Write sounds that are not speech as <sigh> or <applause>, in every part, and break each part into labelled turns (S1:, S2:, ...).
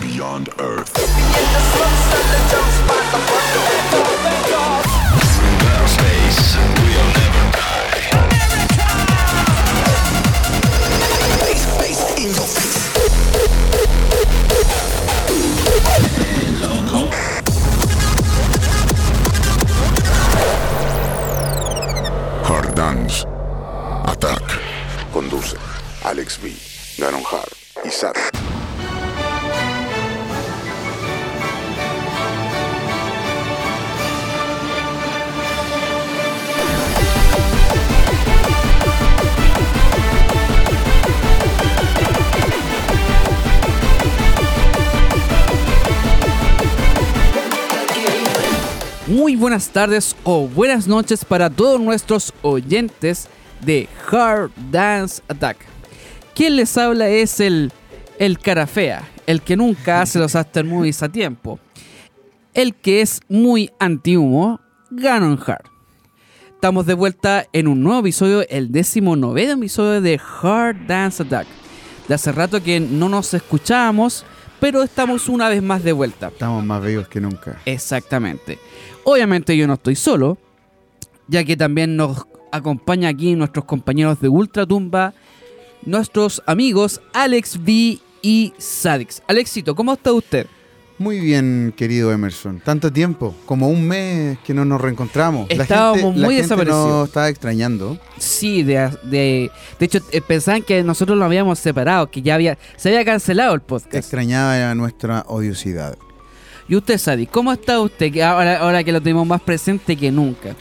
S1: Beyond Earth.
S2: Space will never die.
S1: Hard Dance. Attack.
S3: Conduce Alex B, Garon Hart y Sara.
S4: Muy buenas tardes o buenas noches para todos nuestros oyentes de Hard Dance Attack. Quien les habla es el, el cara fea, el que nunca hace los after movies a tiempo, el que es muy antihumo, Ganon Hard. Estamos de vuelta en un nuevo episodio, el décimo noveno episodio de Hard Dance Attack. De hace rato que no nos escuchábamos, pero estamos una vez más de vuelta.
S5: Estamos más vivos que nunca.
S4: Exactamente. Obviamente yo no estoy solo, ya que también nos acompaña aquí nuestros compañeros de Ultratumba, nuestros amigos Alex V y Sadix. Alexito, ¿cómo está usted?
S5: Muy bien, querido Emerson. Tanto tiempo, como un mes que no nos reencontramos.
S4: Estábamos
S5: la
S4: muy
S5: gente, la gente
S4: desaparecidos.
S5: nos estaba extrañando.
S4: Sí, de, de, de hecho eh, pensaban que nosotros lo habíamos separado, que ya había se había cancelado el podcast.
S5: Extrañaba nuestra odiosidad.
S4: Y usted, Sadix, ¿cómo está usted que ahora, ahora que lo tenemos más presente que nunca?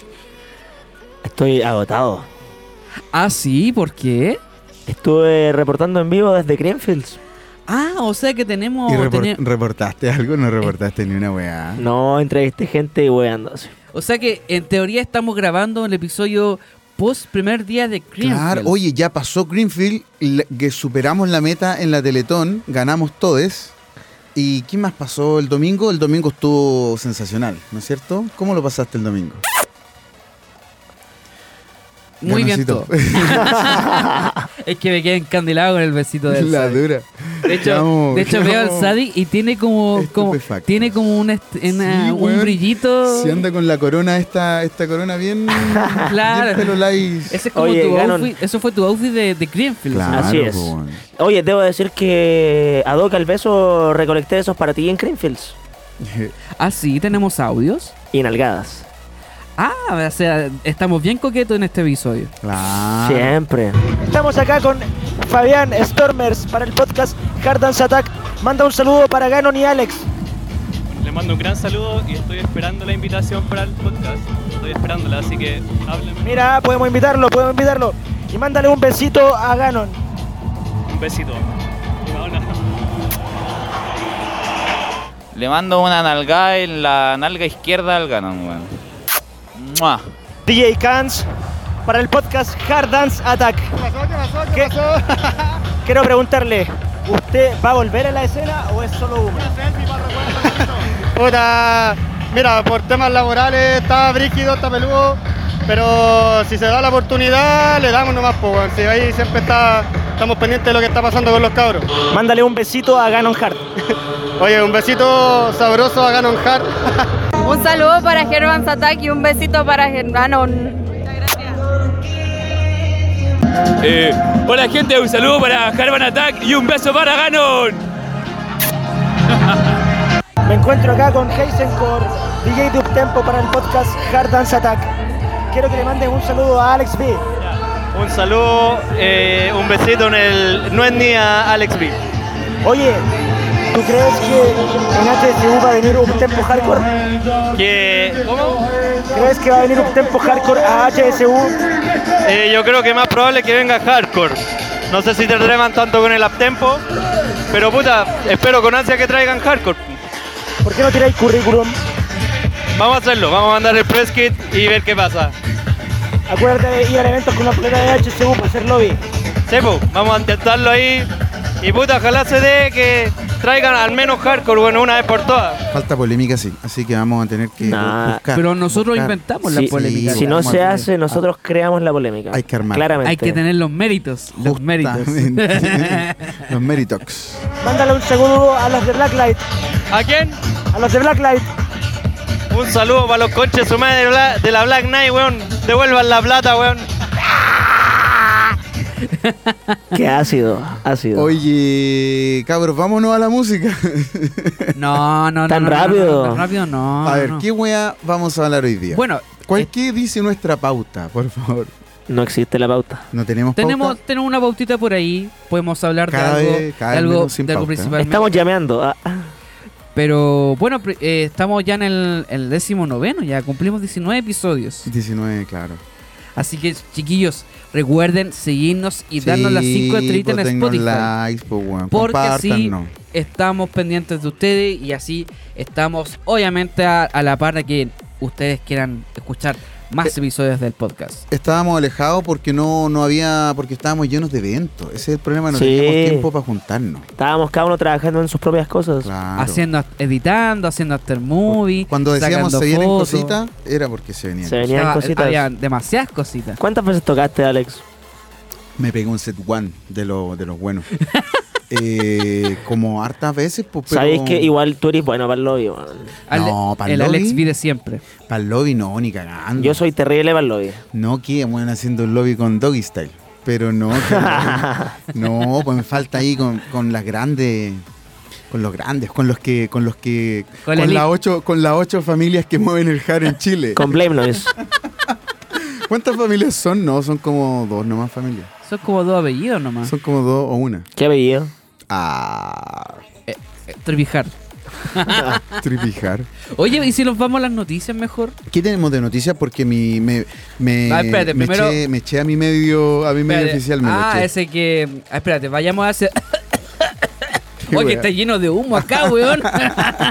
S6: Estoy agotado.
S4: Ah, sí, ¿por qué?
S6: Estuve reportando en vivo desde Greenfields.
S4: Ah, o sea que tenemos...
S5: ¿Y repor-
S4: teni-
S5: reportaste algo? No reportaste ni una weá.
S6: No entrevisté gente y weando así.
S4: O sea que en teoría estamos grabando el episodio post primer día de Greenfield.
S5: Claro, oye, ya pasó Greenfield, la- que superamos la meta en la Teletón, ganamos todos. ¿Y qué más pasó el domingo? El domingo estuvo sensacional, ¿no es cierto? ¿Cómo lo pasaste el domingo?
S4: Muy bien
S5: Ganoncito.
S4: todo. es que me quedé encandilado con el besito del
S5: <laughs> la
S4: Sadi.
S5: dura.
S4: De hecho,
S5: Vamos,
S4: de hecho veo al
S5: vamos.
S4: Sadi y tiene como, como
S5: Estupefacto.
S4: tiene como una est- una-
S5: Sí,
S4: un
S5: weón.
S4: brillito.
S5: Si anda con la corona, esta, esta corona
S6: <laughs>
S5: bien.
S4: Claro.
S5: bien pelolais.
S4: Ese es como
S6: Oye,
S4: tu
S6: Ganon.
S4: outfit, eso fue tu outfit de, de Greenfield.
S5: Claro,
S6: Así es.
S5: po, weón.
S6: Oye, debo decir que a Doca el beso recolecté esos para ti en Greenfields.
S4: Ah, sí, tenemos audios.
S6: Y en Algadas.
S4: Ah, o sea, estamos bien coquetos en este episodio.
S5: Claro.
S6: Siempre.
S7: Estamos acá con Fabián Stormers para el podcast Hard Dance Attack. Manda un saludo para Ganon y Alex.
S8: Les mando un gran saludo y estoy esperando la invitación para el podcast. Estoy esperándola, así que háblenme.
S7: Mira, podemos invitarlo, podemos invitarlo. Y mándale un besito a Ganon.
S8: Un besito. Hola.
S9: Le mando una nalgada en la nalga izquierda al Ganon, weón. ¡Mua!
S7: DJ Cans para el podcast Hard Dance Attack. ¿Qué- Quiero preguntarle, ¿usted va a volver a la escena o es solo uno?
S10: <laughs> Puta, mira, por temas laborales está brígido, está peludo, pero si se da la oportunidad, le damos nomás, pues, weón. Si ahí siempre está, estamos pendientes de lo que está pasando con los cabros.
S7: Mándale un besito a Ganon Hard.
S10: Oye, un besito sabroso a Ganon Hart.
S11: Un saludo para Gerván Satak y un besito para Gerván.
S8: Eh, hola gente, un saludo para Harvan Attack y un beso para Ganon.
S7: Me encuentro acá con Heisencore, DJ de Uptempo para el podcast Hard Dance Attack. Quiero que le mandes un saludo a Alex B.
S10: Un saludo, eh, un besito en el. No es ni a Alex B.
S7: Oye, ¿tú crees que en HSU va a venir un tempo hardcore?
S10: Que,
S7: ¿Crees que va a venir un tempo hardcore a HSU?
S10: Eh, yo creo que más probable que venga hardcore. No sé si te treman tanto con el uptempo, pero puta, espero con ansia que traigan hardcore.
S7: ¿Por qué no tiráis currículum?
S10: Vamos a hacerlo, vamos a mandar el press kit y ver qué pasa.
S7: Acuérdate de ir a eventos con la plena de HSU para hacer lobby.
S10: Sepo, vamos a intentarlo ahí. Y puta, ojalá se dé que traigan al menos hardcore, bueno, una vez por todas.
S5: Falta polémica, sí. Así que vamos a tener que
S6: Nah.
S5: buscar.
S4: Pero nosotros
S5: buscar.
S4: inventamos
S6: Sí,
S4: la polémica.
S6: Si no
S5: vamos
S6: se
S5: a- ah,
S6: hace, nosotros creamos la polémica.
S5: Hay que armar.
S6: Claramente.
S4: Hay que tener los méritos. Los méritos.
S5: Justamente. Los Meritox.
S7: Mándale un saludo a los de Blacklight.
S10: ¿A quién?
S7: A los de Blacklight.
S10: Un saludo para los conches su madre de la- de la Black Knight, weón. Devuelvan la plata, weón.
S6: Qué ácido, ácido.
S5: Oye, cabros, vámonos a la música.
S4: <laughs> No, no, no.
S6: Tan
S4: no, no, no,
S6: rápido.
S4: tan rápido no.
S5: a ver,
S4: Ah, no.
S5: ¿qué wea vamos a hablar hoy día?
S4: Bueno, eh,
S5: ¿Cuál, ¿Qué dice nuestra pauta, por favor?
S6: No existe la pauta.
S5: ¿No tenemos pauta?
S4: tenemos, tenemos una pautita por ahí. Podemos hablar
S5: Cada
S4: de algo,
S5: vez- cada
S4: de
S5: vez
S4: algo,
S5: menos sin
S4: de algo
S5: pauta, ¿eh?
S4: principalmente.
S6: Estamos llameando. Ah, ah.
S4: Pero bueno, pre- eh, estamos ya en el, el décimo noveno. Ya cumplimos 19 episodios.
S5: 19, claro.
S4: Así que, chiquillos, recuerden seguirnos y darnos
S5: Sí,
S4: las 5 estrellitas en
S5: pues,
S4: Spotify.
S5: dennos likes, pues, weón.
S4: Porque así
S5: Compártannos.
S4: estamos pendientes de ustedes y así estamos obviamente a, a la par de que ustedes quieran escuchar más
S5: Eh,
S4: episodios del podcast.
S5: Estábamos alejados porque no, no había, porque estábamos llenos de eventos. Ese es el problema, no
S6: Sí.
S5: teníamos tiempo para juntarnos.
S6: Estábamos cada uno trabajando en sus propias cosas.
S5: Claro.
S4: Haciendo, editando, haciendo after movie.
S5: Cuando decíamos
S4: sacando
S5: se vienen
S4: fotos.
S5: cositas, era porque se venían.
S6: Se venían
S4: Estaba-
S6: cositas.
S4: Había demasiadas cositas.
S6: ¿Cuántas veces tocaste, Alex?
S5: Me pegué un set one de, lo, de los buenos. <laughs> Eh, como hartas veces, pues, pero...
S6: Sabéis que igual tú eres bueno para el lobby. weón.
S4: Ale-
S5: No, pa'l
S4: el Alex
S5: lobby.
S4: vive siempre.
S5: Para el lobby no, ni cagando.
S6: Yo soy terrible para el lobby.
S5: No que bueno, haciendo un lobby con Doggy Style. Pero no,
S4: <laughs>
S5: que- no, pues me falta ahí con, con las grandes, con los grandes, con los que, con los que,
S4: Con
S5: con,
S4: la
S5: las
S4: elite.
S5: ocho, con las ocho familias que mueven el hard en Chile.
S6: Con Blame
S5: <laughs>
S6: Noise.
S5: ¿Cuántas familias son? No, son como dos nomás familias.
S4: Son como dos apellidos nomás.
S5: Son como dos o una.
S6: Qué apellido.
S5: Ah,
S4: Eh, Trevijar.
S5: tripijar.
S4: Oye, ¿y si nos vamos a las noticias mejor?
S5: ¿Qué tenemos de noticias? Porque mi, me, me,
S4: Ah, espérate,
S5: me,
S4: primero-
S5: eché, me eché a mi medio, a mi medio
S4: Espérate.
S5: oficial. me lo
S4: ah,
S5: eché.
S4: ese que... ah, Espérate, vayamos a hacer...
S5: <laughs> Qué
S4: Oye,
S5: wea.
S4: está lleno de humo acá, weón.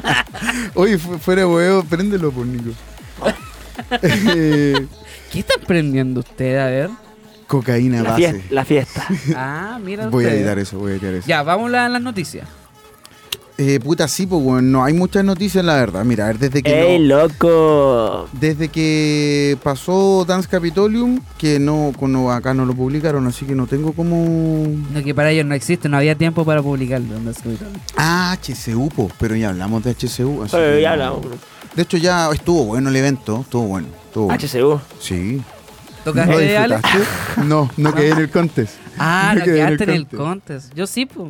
S4: <laughs>
S5: Oye, fu- fuera de huevo, préndelo, por
S6: <laughs>
S5: Nico. Eh,
S4: ¿Qué está aprendiendo usted? A ver.
S5: cocaína
S6: La,
S5: base.
S6: fies-
S5: <laughs>
S6: la fiesta.
S4: Ah, mira
S5: Voy a
S4: usted.
S5: editar eso, voy a editar eso.
S4: Ya, vamos a las noticias.
S5: Eh, puta, sí, pues, weón, no hay muchas noticias, la verdad. Mira, a ver, desde que...
S6: ¡Ey,
S5: no-
S6: loco!
S5: desde que pasó Dance Capitolium, que no, no- acá no lo publicaron, así que no tengo como...
S4: No, que para ellos no existe, no había tiempo para publicarlo. no sé.
S5: Ah, HCU, pues, pero ya hablamos de HCU. así
S6: Oye,
S5: que
S6: ya
S5: no.
S6: hablamos.
S5: De hecho, ya estuvo bueno el evento, estuvo bueno. Estuvo bueno.
S6: HCU.
S5: Sí. ¿No
S4: ¿Tocaste, Alex? <laughs>
S5: disfrutaste? No, no quedé en el contest. <laughs>
S4: Ah, no
S5: quedé
S4: quedaste en el contest. Yo sí, pues.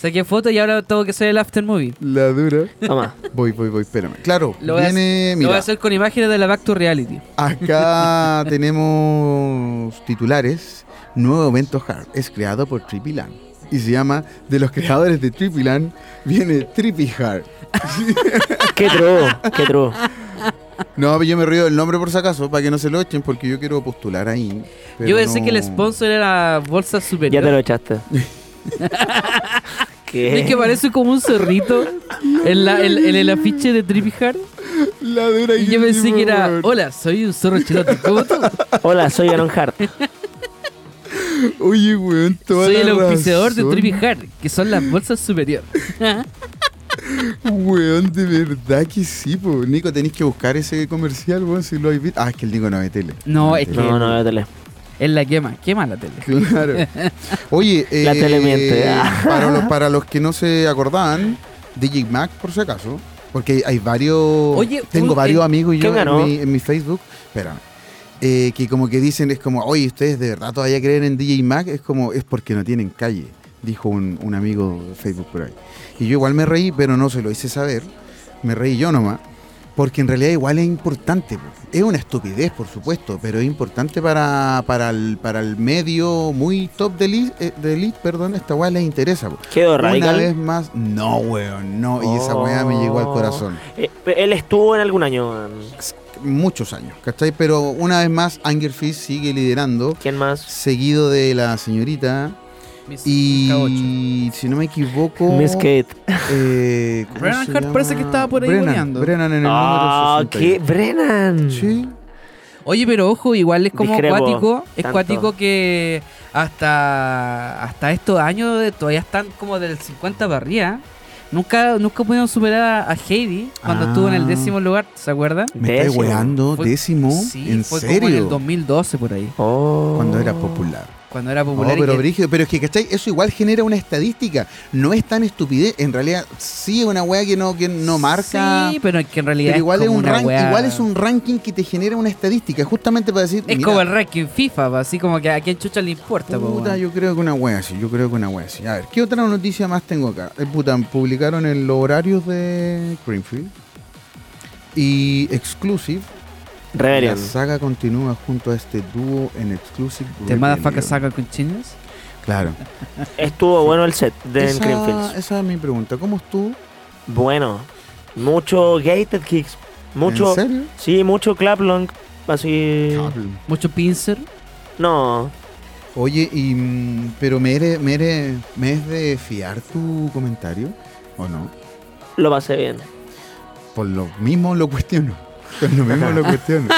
S4: Saqué foto y ahora tengo que hacer el after movie.
S5: La dura.
S6: Toma.
S5: Voy, voy, voy, espérame. Claro,
S4: Lo voy, a
S5: viene,
S4: hacer- lo voy a
S5: mira,
S4: hacer con imágenes de la Back to Reality. <laughs>
S5: acá tenemos titulares. Nuevo evento hard es creado por Trippy Land y se llama de los creadores de Trippy Land viene Trippy Hard.
S6: ¡Qué true! ¡Qué true!
S5: No, pero yo me río del nombre por si acaso para que no se lo echen porque yo quiero postular ahí. pero
S4: Yo pensé
S5: no.
S4: que el sponsor era Bolsa
S6: Ya
S4: Superior.
S6: te
S5: <laughs>
S6: lo echaste.
S4: Es que
S6: ¿Qué?
S4: parece como un
S5: <laughs>
S4: zorrito en, la- en- en el afiche de Trippy Hard.
S5: La dura
S4: Y yo pensé
S5: hicimos,
S4: que era,
S5: weón.
S4: hola, soy un zorro chilote como tú.
S6: Hola, soy Ganon
S5: <laughs>
S6: Hart.
S5: Oye, weón, <laughs> toda
S4: Soy
S5: la
S4: el auspiciador de
S5: razón.
S4: Trippy Hard, que son las bolsas
S5: <laughs>
S4: superior.
S5: Weón, de verdad que sí, po. Nico, tenéis que buscar ese comercial, weón, si lo habéis visto. Ah, es que el Nico no ve tele.
S4: No, es que
S6: No, no veo tele.
S4: es la quema, quema la tele.
S6: <laughs>
S5: Claro. Oye, eh,
S6: La tele miente. Ah.
S5: <laughs> Para los, para los que no se acordaban, DJ Mac, por si acaso, porque hay, hay varios.
S4: Oye,
S5: tengo
S4: un-
S5: varios
S4: eh,
S5: amigos yo
S6: ¿quién ganó?
S5: en mi, en mi Facebook. Espérame. eh, que como que dicen, es como, oye, ¿ustedes de verdad todavía creen en DJ Mac? Es como, es porque no tienen calle, dijo un, un amigo de Facebook por ahí. Y yo igual me reí, pero no se lo hice saber. Me reí yo nomás. Porque en realidad igual es importante. po. Es una estupidez, por supuesto, pero es importante para, para, el, para el medio muy top de elite, eh, de elite, perdón, esta weá les interesa. po.
S6: Quedó
S5: Una
S6: radical.
S5: vez más, no, weón, no. Y esa weá me llegó al corazón.
S6: Eh, él estuvo en algún año. weón.
S5: Muchos años, ¿cachai? Pero una vez más, Anger Fist sigue liderando
S6: ¿Quién más?
S5: seguido de la señorita
S4: Mis- mis K8.
S5: y si no me equivoco
S6: Miss Kate.
S5: eh, ¿cómo
S4: Brennan
S5: se
S4: Hart parece
S5: llama?
S4: que estaba por ahí
S5: Brennan,
S4: boleando.
S5: Brennan en el
S6: Ah,
S5: número
S6: ¿qué?
S5: 61.
S6: ¡Brennan!
S5: Sí.
S4: Oye, pero ojo, igual es como
S6: Discrepo
S4: acuático, es
S6: tanto.
S4: acuático que hasta, hasta estos años de- todavía están como del 50 para arriba. Nunca, nunca pudieron superar a, a Heidi cuando
S5: Ah.
S4: estuvo en el décimo lugar, ¿se acuerdan?
S5: Me estáis
S6: Décimo.
S5: weando,
S4: Fue-
S5: décimo.
S4: Sí,
S5: ¿En
S4: fue
S5: serio?
S4: como en el 2012 por ahí,
S6: Oh.
S5: Cuando era popular.
S4: cuando era
S5: No,
S4: popular. y
S5: pero
S4: que-
S5: brígido, pero es que, ¿cachai? Eso igual genera una estadística. No es tan estupidez. En realidad, sí es una weá que no, que no marca.
S4: Sí, pero que en realidad
S5: pero igual es,
S4: como
S5: un
S4: una
S5: rank-
S4: weá-
S5: igual es un ranking que te genera una estadística, justamente para decir.
S4: Es
S5: "Mira,
S4: como el ranking FIFA, pa, así como que a quién chucha le importa, po,
S5: Puta,
S4: weón.
S5: yo creo que una wea así, yo creo que una wea así. A ver, ¿qué otra noticia más tengo acá? Eh, puta, publicaron el- los horarios de Greenfield. Y Exclusive,
S6: Rebellion.
S5: la saga continúa junto a este dúo en Exclusive.
S4: ¿Te motherfucker
S5: Rebellion.
S4: saca con chinos?
S5: Claro.
S6: Estuvo bueno el set de
S5: esa,
S6: Greenfields.
S5: esa es mi pregunta. ¿Cómo estuvo?
S6: Bueno. Mucho gated kicks. Mucho.
S5: ¿En serio?
S6: Sí, mucho clap long. Así.
S4: Mucho pincer.
S6: No.
S5: Oye, y, mm, pero me eres, me eres- me es de fiar tu comentario o no?
S6: Lo pasé bien.
S5: Por lo mismo lo cuestiono. Por lo mismo
S4: <laughs>
S5: lo cuestiono.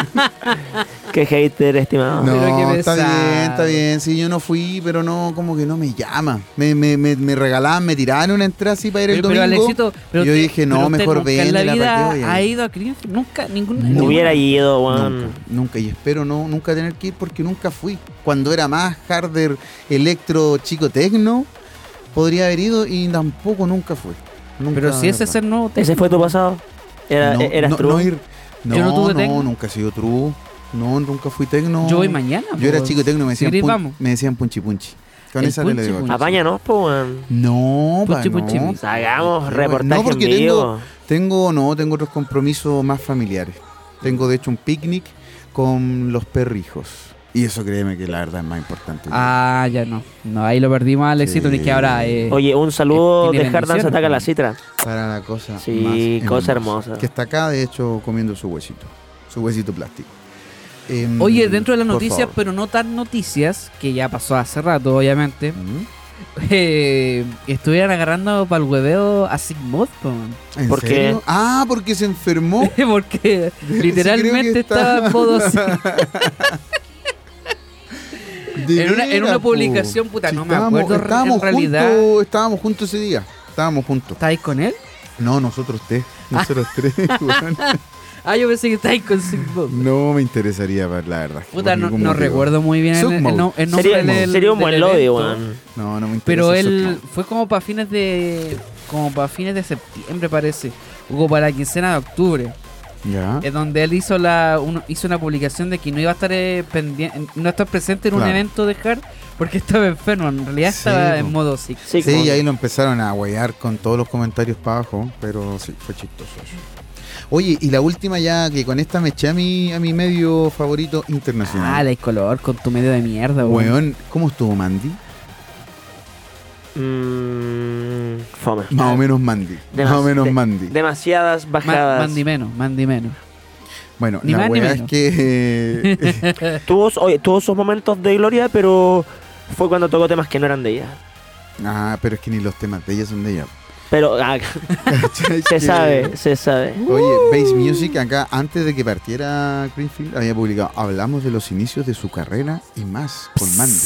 S6: Qué hater, estimado.
S4: Pero
S5: No,
S4: qué
S5: está
S4: pesado.
S5: bien, está bien. Sí, yo no fui, pero no, como que no me llama. Me, me, me, me regalaban, me tiraban una entrada así para ir el
S4: Pero, pero,
S5: domingo.
S4: Alexito, pero
S5: yo
S4: usted-
S5: dije, no,
S4: pero usted
S5: mejor
S4: nunca en
S5: véndela,
S4: la
S5: ¿para
S4: vida
S5: qué voy a
S4: ha
S5: ir?
S4: ido a Greenfield? Nunca, ningún.
S5: No.
S4: ningún-
S6: Hubiera ido, weón.
S5: Nunca, nunca, y espero no, nunca tener que ir porque nunca fui. Cuando era más harder, electro, chico tecno, podría haber ido y tampoco nunca fui. Nunca,
S4: Pero si ese es el nuevo
S6: Ese fue tu pasado. Era,
S5: no,
S6: e- eras
S5: no,
S6: true.
S5: no ir- No,
S4: Yo no tuve
S5: no,
S4: tecno.
S5: nunca he sido true. No, nunca fui tecno.
S4: Yo voy mañana. pues.
S5: Yo era
S4: po.
S5: chico tecno, me
S4: Si
S5: decían,
S4: querés,
S5: pun-
S4: vamos.
S5: me decían punchi punchi. Con
S4: El
S5: esa le
S4: punchi
S5: digo.
S4: punchi.
S6: Apáñanos, po, weón.
S5: No, pa,
S4: Punchi, punchi.
S5: no.
S6: Hagamos
S5: Sí, no,
S6: reportaje
S5: porque
S6: en vivo.
S5: tengo- Tengo, no, tengo otros compromisos más familiares. Tengo de hecho un picnic con los perrijos. Y eso créeme que la verdad es más importante.
S4: Ah, ya no. No, ahí lo perdimos a Alexito.
S5: Sí.
S4: Ni que ahora. eh,
S6: Oye, un saludo
S4: Tiene
S6: de Hard se
S4: bendiciones,
S6: ataca
S4: ¿no?
S6: la citra.
S5: Para la cosa.
S6: Sí,
S5: más
S6: cosa hermosa.
S5: Que está acá, de hecho, comiendo su huesito. Su huesito plástico. Em,
S4: Oye, dentro de las
S5: por
S4: noticias,
S5: favor.
S4: pero no tan noticias, que ya pasó hace rato, obviamente. <laughs>
S5: ¿Mm?
S4: eh, estuvieran agarrando para el hueveo a Sigmod, po, man.
S5: ¿En
S6: ¿Por qué?
S5: serio? Ah, porque se enfermó.
S4: <laughs> Porque literalmente
S5: está-
S4: estaba en modo
S5: <laughs>
S4: Sigmod. <laughs>
S5: De
S4: En una- en una
S5: veras, po.
S4: publicación, puta, no me acuerdo re-
S5: estábamos
S4: en realidad.
S5: juntos- estábamos juntos ese día. Estábamos juntos.
S4: ¿Estáis con él?
S5: No, nosotros tres. Nosotros tres, <laughs> weón.
S4: Ah, yo pensé que estáis con Sigmod.
S5: No me interesaría ver, la verdad.
S4: Puta,
S5: Porque
S4: no,
S5: como
S4: no
S5: te digo,
S4: recuerdo muy bien el, el
S5: Submode.
S4: no- el nombre
S6: sería,
S4: del-
S6: sería un
S4: del
S6: buen lobby,
S4: evento.
S6: weón.
S5: No, no me interesa.
S4: Pero él
S5: Submode.
S4: fue como para fines de. como para fines de septiembre parece. O como para la quincena de octubre.
S5: Ya.
S4: Es donde él hizo la. un- hizo una publicación de que no iba a estar eh, pendiente. no estar presente en un
S5: Claro.
S4: evento de hard porque <laughs> estaba enfermo. En realidad
S5: Sí,
S4: estaba
S5: po.
S4: en modo sick.
S6: Sí,
S5: Sí,
S6: como-
S5: y ahí lo empezaron a huear con todos los comentarios para abajo, pero sí, fue chistoso eso. Oye, y la última ya, que con esta me eché a mi, a mi medio favorito
S4: Ah,
S5: internacional.
S4: la color con tu medio de mierda, weón.
S5: Weón, ¿cómo estuvo Mandy?
S6: Mm, fome.
S5: Más o menos Mandy.
S6: Demas-
S5: más o menos
S6: de-
S5: Mandy.
S6: Demasiadas
S4: Ma-
S6: bajadas.
S4: Mandi menos, mandi menos.
S5: bueno,
S4: ni
S5: la
S4: más ni
S5: wea es
S4: menos. <laughs>
S5: que. <laughs> eh,
S6: Tuvo, oye, tuvo sus momentos de gloria, pero fue cuando tocó temas que no eran de ella.
S5: ah, pero es que ni los temas de ella son de ella.
S6: Pero ah, <laughs>
S5: ¿Cachai?
S6: se
S5: Que-
S6: sabe, se sabe.
S5: Oye, Bass
S4: Uh.
S5: Music acá, antes de que partiera Greenfield, había publicado Hablamos de los inicios de su carrera y más con Mandy.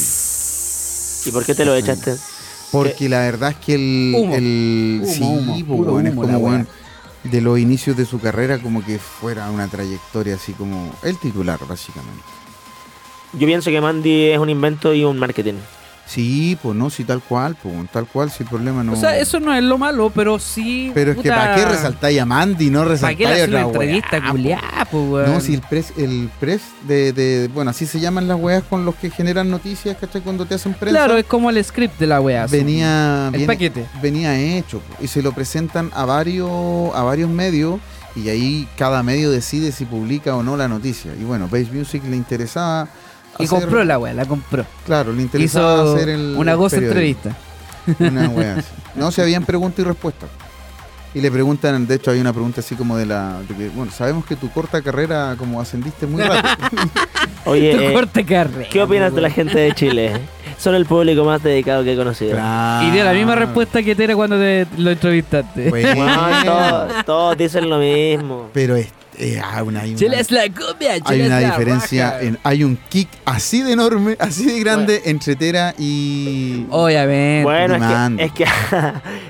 S6: ¿Y por qué te lo echaste?
S5: Porque la verdad es que el.
S4: Humo.
S5: el-
S4: Humo,
S5: sí,
S4: humo,
S5: po,
S4: puro
S5: weón, es
S4: humo
S5: como,
S4: la weá.
S5: weón, de los inicios de su carrera, como que fuera una trayectoria así como el titular, básicamente.
S6: Yo pienso que Mandy es un invento y un marketing.
S5: Sí, pues no, sí, tal cual, pues tal cual, si el problema no.
S4: O sea, eso no es lo malo, pero sí.
S5: Pero es que, ¿para qué resaltáis a Mandy? No
S4: ¿Para qué le
S5: resaltáis a
S4: hacen una
S5: otra weá, pues,
S4: entrevista,
S5: po.
S4: culiá, po, weón?
S5: No, si el press, el press de, de- Bueno, así se llaman las weas con los que generan noticias, ¿cachai? Cuando te hacen prensa.
S4: Claro, es como el script de la wea. así.
S5: venía
S4: El
S5: viene-
S4: paquete.
S5: venía hecho po, y se lo presentan a varios a varios medios y ahí cada medio decide si publica o no la noticia y bueno Base Music le interesaba
S4: Y
S5: hacer-
S4: compró la wea, la compró.
S5: claro le interesaba
S4: Hizo
S5: hacer el
S4: una goza
S5: periódico.
S4: entrevista.
S5: <laughs> Una wea así. no se habían preguntas y respuestas y le preguntan, de hecho hay una pregunta así como de la, de que, bueno, sabemos que tu corta carrera como
S4: <laughs>
S5: ascendiste muy rápido.
S6: Oye,
S4: Tu
S6: eh,
S4: corte carrera.
S6: ¿qué opinas de la gente de Chile? Son el público más dedicado que he conocido.
S4: Y dio la misma respuesta que te <laughs> era cuando te lo entrevistaste.
S5: <laughs> Bueno,
S6: Weón, todos, todos dicen lo mismo.
S5: pero es, Eh, ah, una- hay una-
S4: Chela es la cumbia,
S5: hay
S4: chela
S5: una
S4: es la
S5: diferencia,
S4: raja.
S5: en- hay un kick así de enorme, así de grande entre Tera y...
S4: Oh, Obviamente.
S5: Bueno,
S6: Bueno, es
S5: mando,
S6: que, <laughs> es, que,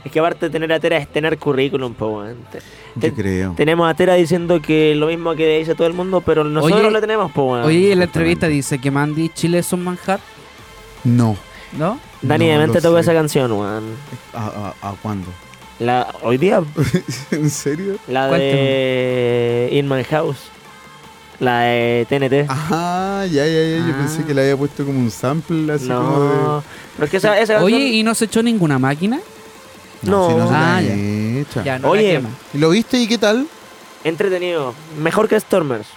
S6: es que aparte de tener a Tera es tener currículum, po, weón. Te-
S5: yo creo.
S6: Tenemos a Tera diciendo que lo mismo que dice todo el mundo, pero nosotros lo tenemos, po, weón.
S4: Oye, en la entrevista dice que Mandy Chile es un manjar,
S5: No.
S4: ¿no?
S6: Dani
S5: No
S6: de Mente
S5: lo
S6: tocó
S5: sé.
S6: esa canción, weón.
S5: ¿A, a- a cuándo? <laughs>
S6: La, hoy día,
S5: ¿En serio?
S6: la
S4: ¿Cuál
S6: de In My House. La de
S5: Ah,
S6: TNT.
S5: Ajá, ya, ya, ya, yo
S4: Ah.
S5: pensé que le había puesto como un sample, así como de...
S6: no. Pero es que esa, esa
S4: Oye,
S6: canción-
S4: ¿y no se echó ninguna máquina?
S6: no.
S5: si no se la
S4: Ah, ya.
S5: echa.
S4: Ya, no
S6: Oye.
S4: la quema.
S5: ¿Lo viste y qué tal?
S6: Entretenido. Mejor que Stormers.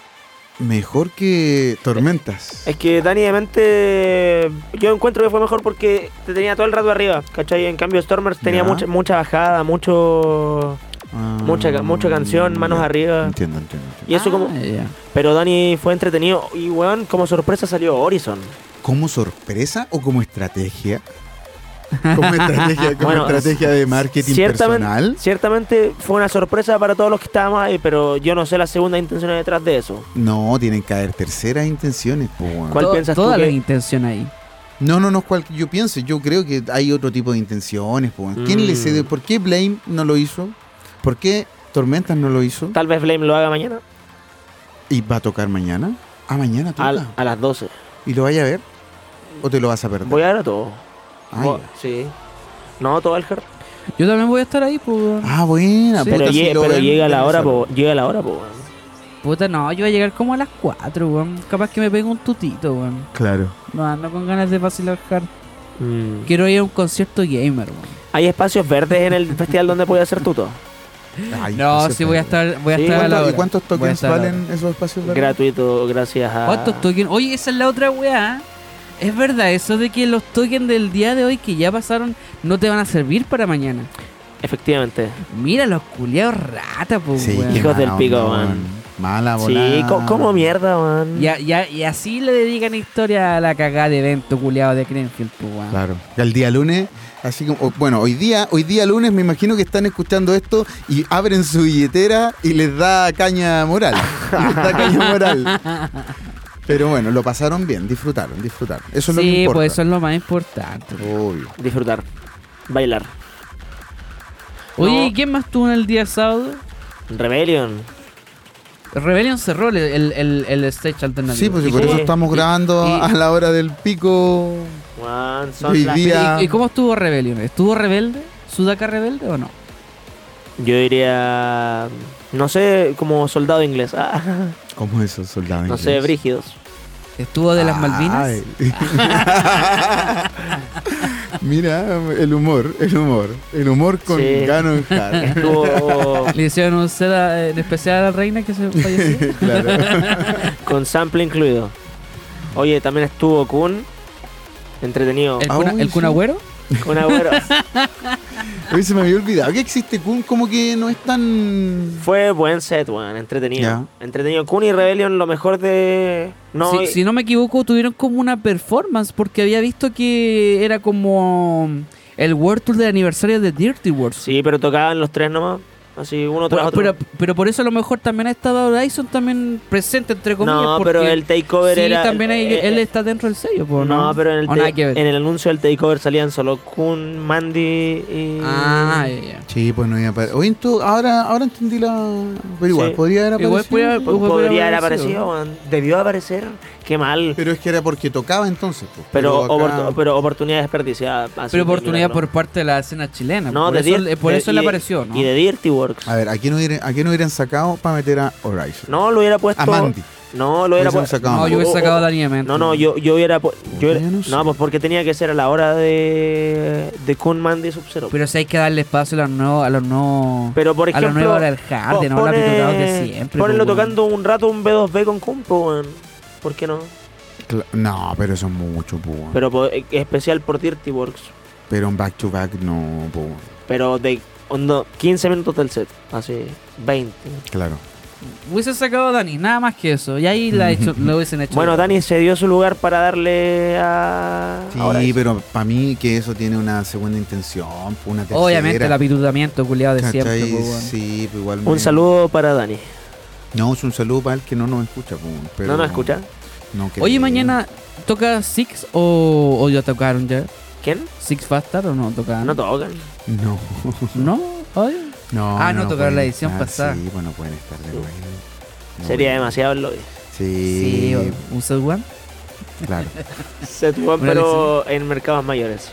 S5: Mejor que Tormentas.
S6: Es que Dani de Mente yo encuentro que fue mejor porque te tenía todo el rato arriba, ¿cachai? En cambio Stormers tenía
S5: Ya.
S6: mucha, mucha bajada, mucho
S5: Ah,
S6: mucha, ca- mucha canción, manos
S5: ya.
S6: arriba.
S5: Ah, Entiendo, entiendo. entiendo.
S6: Y eso como...
S4: Ah, ya.
S6: Pero Dani fue entretenido y, weón, como sorpresa salió Horizon.
S5: ¿Como sorpresa o como estrategia?
S6: <laughs>
S5: Como estrategia, como
S6: Bueno,
S5: estrategia de marketing
S6: Ciertamente,
S5: personal.
S6: ciertamente fue una sorpresa para todos los que estábamos ahí, pero yo no sé las segundas intenciones detrás de eso.
S5: No, tienen que haber terceras intenciones. po, weón.
S6: ¿Cuál
S4: To-
S6: piensas tú
S4: Toda la
S6: que-
S4: intención ahí.
S5: No, no, no es cual yo pienso. Yo creo que hay otro tipo de intenciones. po, weón. ¿Quién le
S6: Mm.
S5: cede? ¿Por qué Blame no lo hizo? ¿Por qué Tormentas no lo hizo?
S6: Tal vez Blame lo haga mañana
S5: ¿Y va a tocar mañana? Ah, mañana toca.
S6: al- a las 12.
S5: ¿Y lo vaya a ver? ¿O te lo vas a perder?
S6: Voy a ver a todo.
S5: Ah,
S6: Voy-
S5: ya.
S6: sí. No, todo el hard.
S4: Yo también voy a estar ahí, pues. weón.
S5: Ah, buena.
S4: Sí.
S5: puta,
S6: Pero,
S5: si
S6: lle-
S5: lo
S6: pero
S5: ven,
S6: llega la
S5: ven
S6: hora,
S5: solo.
S6: po, llega la hora, po, weón.
S4: Puta, no, yo voy a llegar como a las 4, weón. Capaz que me pegue un tutito, weón.
S5: Claro.
S4: No ando con ganas de vacilar hard. Quiero ir a un concierto gamer, weón.
S6: ¿Hay espacios verdes en el <laughs> festival donde puede hacer tuto?
S5: Ay,
S4: No,
S5: espacio
S4: sí voy a
S5: verde.
S4: estar, voy a
S6: Sí,
S4: estar a la
S5: ¿Cuánto- ¿Y
S4: hora.
S5: cuántos
S4: Voy a
S5: tokens
S4: estar a la
S5: valen esos espacios verdes?
S6: Gratuito, gracias a.
S4: ¿Cuántos tokens? Oye, esa es la otra weá. Es verdad, eso de que los tokens del día de hoy que ya pasaron no te van a servir para mañana.
S6: Efectivamente.
S4: Mira los culiados rata, pues,
S5: Sí,
S4: weón.
S5: qué
S6: Hijos del
S5: mala
S6: pico,
S5: onda,
S6: man.
S5: weón. Mala volada.
S6: Sí, co- como mierda, man.
S4: Y, a- y a- y así le dedican historia a la cagada de evento culiado de Greenfield, pues, weón.
S5: Claro. Y El día lunes, así como, o- bueno, hoy día, hoy día lunes me imagino que están escuchando esto y abren su billetera y les da caña moral. <laughs> les da caña moral. Pero bueno, lo pasaron bien, disfrutaron, disfrutaron. Eso es lo que
S4: sí,
S5: importa.
S4: pues eso es lo más importante.
S5: Obvio.
S6: Disfrutar. Bailar.
S4: Oye,
S6: No.
S4: ¿y quién más tuvo en el día sábado?
S6: Rebellion.
S4: Rebellion cerró el, el, el, el stage alternativo.
S5: Sí, pues y
S4: ¿Y
S5: por
S4: cómo-
S5: eso estamos grabando
S4: y-
S5: a la hora del pico.
S6: Weón,
S5: Hoy
S6: son las-
S5: día-
S4: ¿Y, y cómo estuvo Rebellion? ¿Estuvo rebelde? ¿Sudaca rebelde o no?
S6: Yo diría. No sé, como soldado inglés. <laughs> Ah,
S5: ¿Cómo es eso, soldado?
S6: no
S5: inglés?
S6: sé, brígidos.
S4: ¿Estuvo de las Malvinas?
S5: Ay. <laughs> Mira, el humor, el humor. El humor con
S6: Sí.
S5: Ganon
S6: <laughs>
S5: Hart. <laughs>
S6: Estuvo
S4: Le hicieron un set a- en especial a la reina que se falleció.
S5: <laughs> Claro.
S6: con sample incluido. Oye, también estuvo Kun. Entretenido.
S4: ¿El,
S5: Ah,
S4: cuna,
S5: uy,
S4: el Kun
S5: sí.
S4: Agüero?
S6: Kun Agüero.
S5: Hoy se me había olvidado que existe Kun, como que no es tan.
S6: Fue buen set, weón. Entretenido.
S5: Ya.
S6: Entretenido. Kun y Rebellion, lo mejor de. No, eh.
S4: si,
S6: y-
S4: si no me equivoco, tuvieron como una performance porque había visto que era como mm, el World Tour del aniversario de Dirty World.
S6: Sí, pero tocaban los tres nomás. Así, uno tras
S4: Pero,
S6: otro.
S4: pero, pero por eso a lo mejor también ha estado Dyson también presente, entre comillas.
S6: no,
S4: porque
S6: pero el takeover
S4: sí,
S6: era.
S4: también hay-
S6: eh,
S4: él
S6: eh,
S4: está dentro del sello, po, ¿no?
S6: No, pero en el,
S4: O
S6: ta-
S4: nada que ver.
S6: en el anuncio del takeover salían solo Kun, Mandy y.
S4: Ah, ya, ya.
S5: Sí, pues no iba a parar. Hoy en todo- ahora, ahora entendí la. Pero igual,
S6: Sí.
S5: podría haber
S4: Igual
S5: aparecido.
S4: podría haber-
S6: Po-
S4: Hubiera
S6: Podría haber
S4: aparecido.
S6: aparecido, weón. debió aparecer. Qué mal.
S5: Pero es que era porque tocaba entonces. pues.
S6: Pero,
S5: acá-
S6: oportu- pero oportunidad desperdiciada. así
S4: Pero
S6: que
S4: oportunidad
S6: míralo.
S4: por parte de la escena chilena.
S6: No,
S4: por
S6: de
S4: eso,
S6: Dirt-
S4: le- por
S6: de-
S4: eso
S6: y
S4: le
S6: de-
S4: apareció, ¿no?
S6: Y de Dirty Works.
S5: A ver, ¿a quién hubieran, a quién hubieran sacado para meter a Horizon?
S6: No, lo hubiera puesto.
S5: A Mandy.
S6: No, lo hubiera
S5: Hubiesen
S6: puesto.
S5: sacado a
S4: No, yo
S5: Mandy.
S6: hubiera-
S4: hubiese
S6: Oh, oh,
S4: sacado a
S6: oh.
S4: Dani Demente.
S6: No, no, yo, yo hubiera. pu- yo hubiera-
S5: Puta, yo no
S6: no,
S5: sé.
S6: pues porque tenía que ser a la hora de. de Kun Mandy y Sub-Zero.
S4: Pero si hay que darle espacio a los nuevos. A los nuevos
S6: Pero, por
S4: a los
S6: ejemplo.
S4: nuevos del Harden, no a los habituados de siempre. pues,
S6: Ponenlo
S4: po, weón.
S6: tocando un rato un B2B con Kun, po, weón. ¿Por qué no?
S5: Cla- No, pero eso es mucho, pues. weón.
S6: Pero po- eh, especial por Dirty Works.
S5: Pero un back to back, no, pues. weón.
S6: Pero de onda, 15 minutos del set. Así, 20.
S5: Claro.
S4: Hubiese sacado a Dani, nada más que eso. Y ahí la hecho, lo hubiesen hecho.
S6: Bueno, Dani se dio su lugar para darle a.
S5: Sí,
S6: ahora es-
S5: pero para mí que eso tiene una segunda intención, una tercera.
S4: Obviamente el apitudamiento culiado de
S5: ¿Cachai?
S4: siempre. po, weón.
S5: Sí, pero igual.
S6: Un
S5: me-
S6: saludo para Dani.
S5: No, es un saludo para el que no nos escucha. po, pero-
S6: ¿No nos escucha?
S5: No, que-
S4: Oye, mañana toca Six o, o ya tocaron ya.
S6: ¿Quién? Ah,
S4: Six Faster o no tocaron.
S6: No tocan.
S5: No. <laughs>
S4: No. Oye.
S5: No,
S4: Ah, no, tocaron
S5: pueden
S4: la edición
S5: estar,
S4: pasada.
S5: Sí, bueno, pueden estar de nuevo.
S6: Sería
S4: <laughs>
S6: demasiado el lobby.
S5: Sí,
S4: Sí, un set one.
S5: claro.
S6: Se tuvo,
S4: Una
S6: pero en mercados mayores.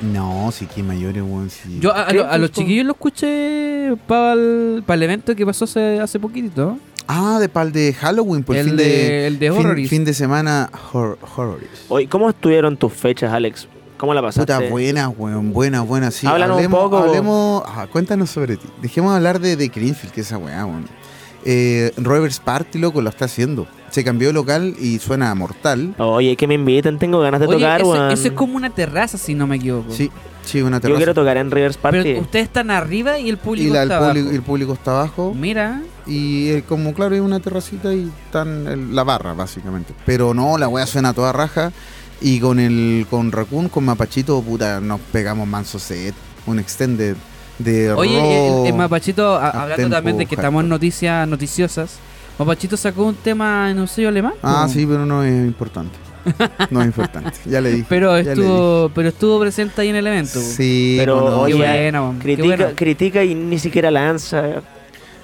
S5: No, sí, que mayores, weón. Sí.
S4: Yo ah, a, a lo- a los chiquillos los escuché para el, para el evento que pasó hace, hace poquitito.
S5: Ah, de pal de Halloween, por
S4: El
S5: fin de,
S4: de- el de
S5: fin-
S4: Horroris.
S5: Fin, de semana hor- Horroris.
S6: Hoy, ¿cómo estuvieron tus fechas, Alex? ¿Cómo la pasaste?
S5: Puta, buena, weón, buena, buena, sí.
S6: Háblanos un poco.
S5: hablemos- ah, cuéntanos sobre ti. Dejemos hablar de, de Greenfield, que es esa weá, weón. Eh, Roberts Party, loco, lo está haciendo. Se cambió de local y suena mortal.
S6: Oye, que me inviten, tengo ganas de
S4: Oye,
S6: tocar,
S4: eso,
S6: weón.
S4: eso es como una terraza, si no me equivoco.
S5: Sí, sí, una
S6: Yo
S5: terraza.
S6: quiero tocar en Rivers Party.
S4: Pero ustedes están arriba y el público
S5: y la- el,
S4: está
S5: público,
S4: abajo.
S5: el público está abajo.
S4: Mira,
S5: Y eh, como claro, es una terracita y están el- la barra, básicamente. Pero no, la wea suena a toda raja. Y con el con Raccoon, con Mapachito, puta, nos pegamos manso set, un extended de
S4: oye,
S5: Raw.
S6: eh,
S4: el, el Mapachito, a-
S5: a
S4: hablando
S5: tempo,
S4: también de que
S5: hardcore.
S4: estamos en noticias noticiosas, Mapachito sacó un tema en un sello alemán.
S5: Ah,
S6: Mm.
S4: ¿no?
S5: sí, pero no es importante. No es importante. Ya le dije.
S4: Pero
S5: ya le
S4: estuvo, pero estuvo presente ahí en el evento.
S5: dije. Sí,
S6: Pero,
S5: bueno,
S6: oye,
S4: qué buena, weón, qué
S6: critica,
S4: buena.
S6: critica y ni siquiera lanza.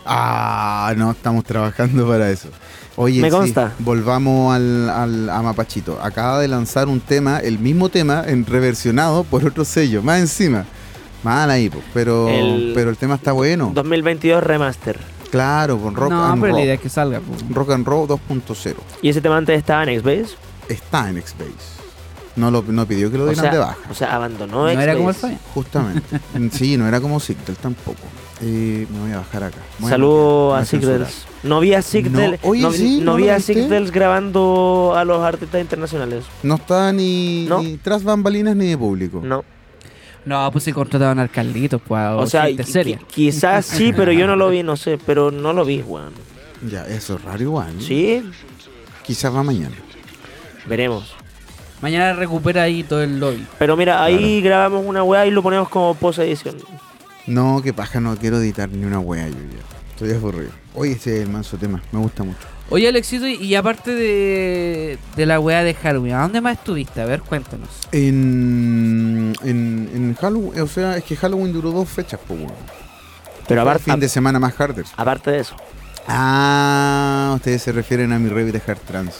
S5: Ah, no, estamos trabajando para eso. Oye,
S6: Me
S5: sí,
S6: consta.
S5: volvamos al, al- a Mapachito. Acaba de lanzar un tema, el mismo tema, en reversionado por otro sello, más encima. Mal ahí, po, pues, pero,
S6: El-
S5: pero el tema está bueno.
S6: 2022 Remaster.
S5: Claro, con Rock
S4: no,
S5: and
S4: pero la idea es
S5: Roll.
S4: que salga. pues. po.
S5: Rock and Roll 2.0.
S6: Y ese tema antes estaba en X-Base.
S5: Está en X-Base. No, lo- no pidió que lo
S6: O,
S5: dieran
S6: sea,
S5: de baja.
S6: o sea, abandonó
S4: No era
S6: Xbase.
S4: como el Fabián.
S6: <laughs>
S5: Justamente. sí, no era como Sigdel tampoco. Eh, me voy a bajar acá. Bueno,
S6: Saludo
S5: me
S6: a
S5: censuraron.
S6: Sigdels. No vi a Sigdels.
S5: No, oye,
S6: no,
S5: sí,
S6: no
S5: ¿no
S6: vi
S5: lo
S6: a
S5: viste?
S6: Sigdels grabando a los artistas internacionales.
S5: No está ni,
S6: No.
S5: ni tras bambalinas ni de público.
S6: No.
S4: No, pues se contrataban al Carlitos, pues, a
S6: O sea,
S4: gente
S6: qui-
S4: seria.
S6: qui- quizás sí, pero yo no lo vi, no sé. Pero no lo vi, weón.
S5: Ya, eso es raro igual.
S6: Sí,
S5: Quizás va mañana.
S6: veremos.
S4: Mañana recupera ahí todo el lobby.
S6: Pero mira, ahí grabamos una weá y lo ponemos como post edición.
S5: No, que paja, no quiero editar ni una wea yo ya. Estoy aburrido. Oye, ese es el manso tema, me gusta mucho.
S4: Oye, Alexito, y- y aparte de, de la weá de Halloween, ¿a dónde más estuviste? A ver, cuéntanos.
S5: En, en, en Halloween, o sea, es que Halloween duró dos fechas, pues, weón.
S6: Pero
S5: Fue el
S6: aparte,
S5: fin de semana más harder.
S6: aparte de eso.
S5: Ah, ustedes se refieren a mi review de Hard Trans,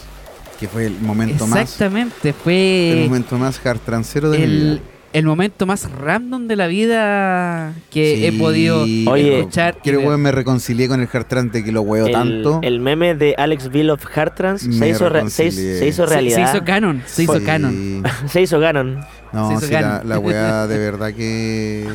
S5: que fue el momento más.
S4: Exactamente,
S5: El
S4: fue
S5: momento más hard transero de mi
S4: Eh, el,
S5: vida.
S4: el momento más random de la vida que he
S5: Sí,
S4: podido
S5: Oye,
S4: escuchar. y
S5: Quiero
S4: ver.
S5: weón, me reconcilié con el hard trans de que lo huevo
S6: el,
S5: tanto.
S6: el meme de Alex Bill of Hartrans se
S5: Me
S6: hizo, re- se, hizo-
S5: reconcilié.
S6: se hizo
S4: Se- se,
S6: realidad.
S4: hizo canon, se hizo
S5: Sí.
S4: canon.
S6: Se hizo Ganon.
S4: Se
S5: <laughs> No,
S4: hizo
S5: sí, la,
S4: canon. <laughs>
S5: la weá de verdad que